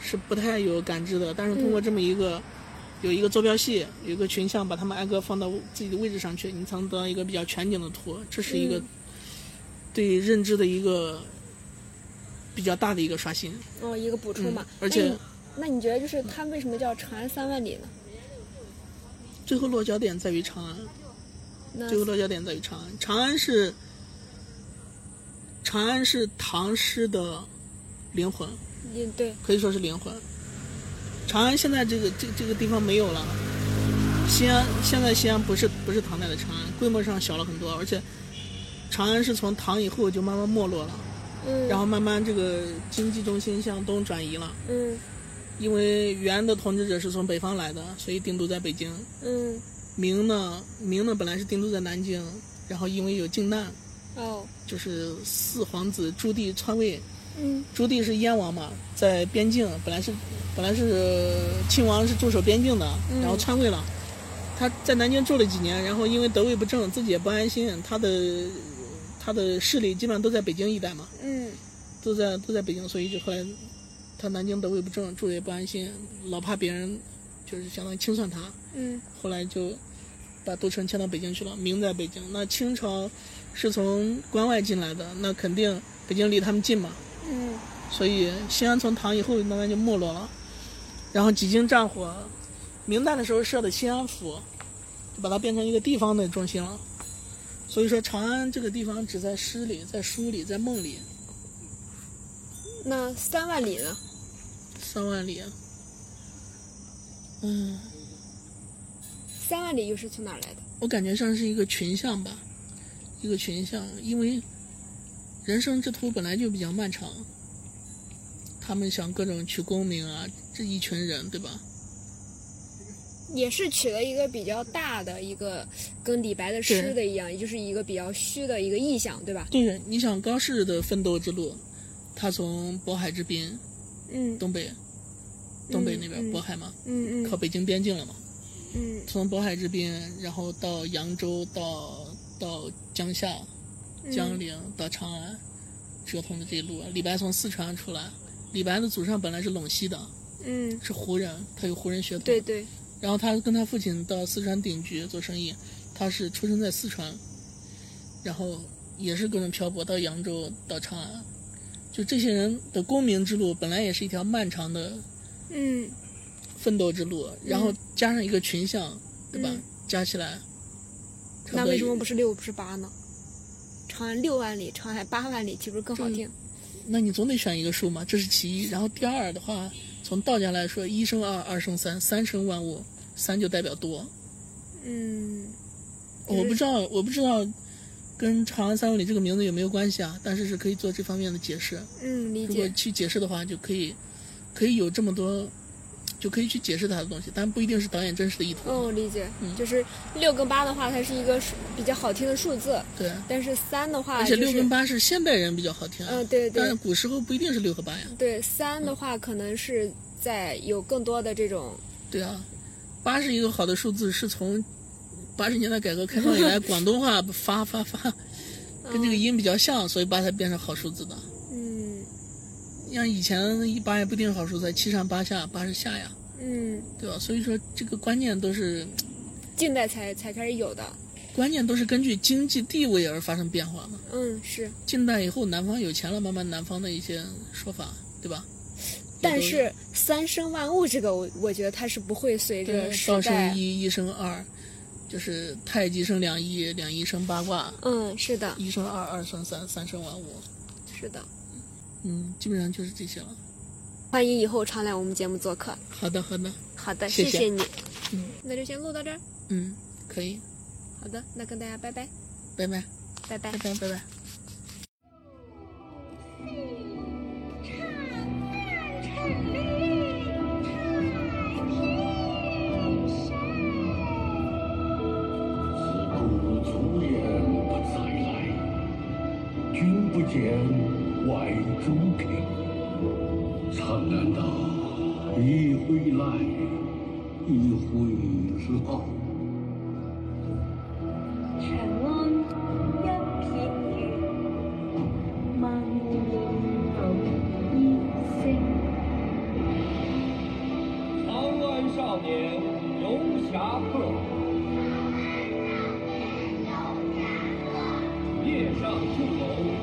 是不太有感知的。但是通过这么一
嗯
个、有一个坐标系，有一个群像，把他们挨个放到自己的位置上去，你才能得到一个比较全景的图。这是一个
嗯
对认知的一个比较大的一个刷新。
哦，一个补充
嗯
吧。
而且
那你那你觉得就是它为什么叫长安三万里呢？
最后落脚点在于长安。
那
最后落脚点在于长安。长安是长安是唐诗的灵魂，
也对，
可以说是灵魂。长安现在这个这这个地方没有了。西安现在西安不是不是唐代的长安，规模上小了很多，而且长安是从唐以后就慢慢没落了，
嗯，
然后慢慢这个经济中心向东转移了，
嗯
因为元的统治者是从北方来的，所以定都在北京。
嗯
明呢，明呢本来是定都在南京，然后因为有靖难，
哦
就是四皇子朱棣篡位，
嗯
朱棣是燕王嘛，在边境本来是本来是亲王是驻守边境的，
嗯
然后篡位了。他在南京住了几年，然后因为得位不正，自己也不安心，他的他的势力基本上都在北京一带嘛，
嗯
都在都在北京，所以就后来他南京得位不正，住的也不安心，老怕别人就是相当于清算他，
嗯
后来就把都城迁到北京去了，明在北京。那清朝是从关外进来的，那肯定北京离他们近嘛，
嗯
所以西安从唐以后慢慢就没落了。然后几经战火，明代的时候设的西安府，就把它变成一个地方的中心了。所以说，长安这个地方只在诗里、在书里、在梦里。
那三万里呢？
三万里，啊嗯，
三万里又是从哪儿来的？
我感觉上是一个群像吧，一个群像，因为人生之途本来就比较漫长，他们想各种取功名啊，这一群人对吧？
也是取了一个比较大的一个，跟李白的诗
对
的一样，也就是一个比较虚的一个意象，对吧？
对，你想高适的奋斗之路，他从渤海之滨，
嗯
东北，东北
嗯
那边、
嗯
渤海嘛，
嗯
靠
嗯
北京边境了嘛，
嗯
从渤海之滨，然后到扬州，到到江夏，
嗯，
江陵到长安，折腾的这一路。啊李白从四川出来，李白的祖上本来是陇西的，
嗯，
是胡人，他有胡人血统。
对。对，
然后他跟他父亲到四川定居做生意，他是出生在四川，然后也是各种漂泊到扬州到长安。就这些人的功名之路，本来也是一条漫长的
嗯
奋斗之路，然后加上一个群像，对吧？
嗯
加起来，差不
那
多
为什么
也
不是六不是八呢？长安六万里，长海八万里，岂不是更好
嗯
听？
那你总得选一个数嘛，这是其一。然后第二的话，从道家来说，一生二，二生三，三生万物，三就代表多。
嗯
我不知道，我不知道跟“长安三万里”这个名字有没有关系啊？但是是可以做这方面的解释。
嗯，理
如果
解。
去解释的话，就可以可以有这么多，就可以去解释它的东西，但不一定是导演真实的意图。
嗯，理解。
嗯
就是六跟八的话，它是一个数比较好听的数字，
对，
但是三的话、
而
啊就是，
且六跟八是现代人比较好听啊，
嗯，对
但是
对
古时候不一定是六和八呀。
对，三的话可能是在有更多的这种
对啊，八是一个好的数字，是从八十年代改革开放以来，广东 话发发发，跟这个音比较像，所以八才变成好数字的。
嗯
像以前一八也不一定是好数字，七上八下，八是下呀，
嗯，
对吧？所以说这个观念都是
近代才才开始有的。
观念都是根据经济地位而发生变化嘛。
嗯，是，
近代以后，南方有钱了，慢慢南方的一些说法，对吧？
但是三生万物这个，我我觉得它是不会随着
对
时
道
代
生。一，一生二，就是太极生两仪，两仪生八卦，
嗯，是的，
一生二，二生三，三生万物。
是的。
嗯，基本上就是这些了。
欢迎以后常来我们节目做客。
好的，好的，
好的，
谢
谢
谢
你。
嗯，
那就先录到这儿。
嗯，可以，
好的，那跟大家拜拜，
拜拜，
拜拜
拜。拜，拜拜。
唱亮唱绿，唱不见怀中客。长南道一回来，一回老。
長安一片月，萬年後依聲。
长安少年游侠客，夜上青楼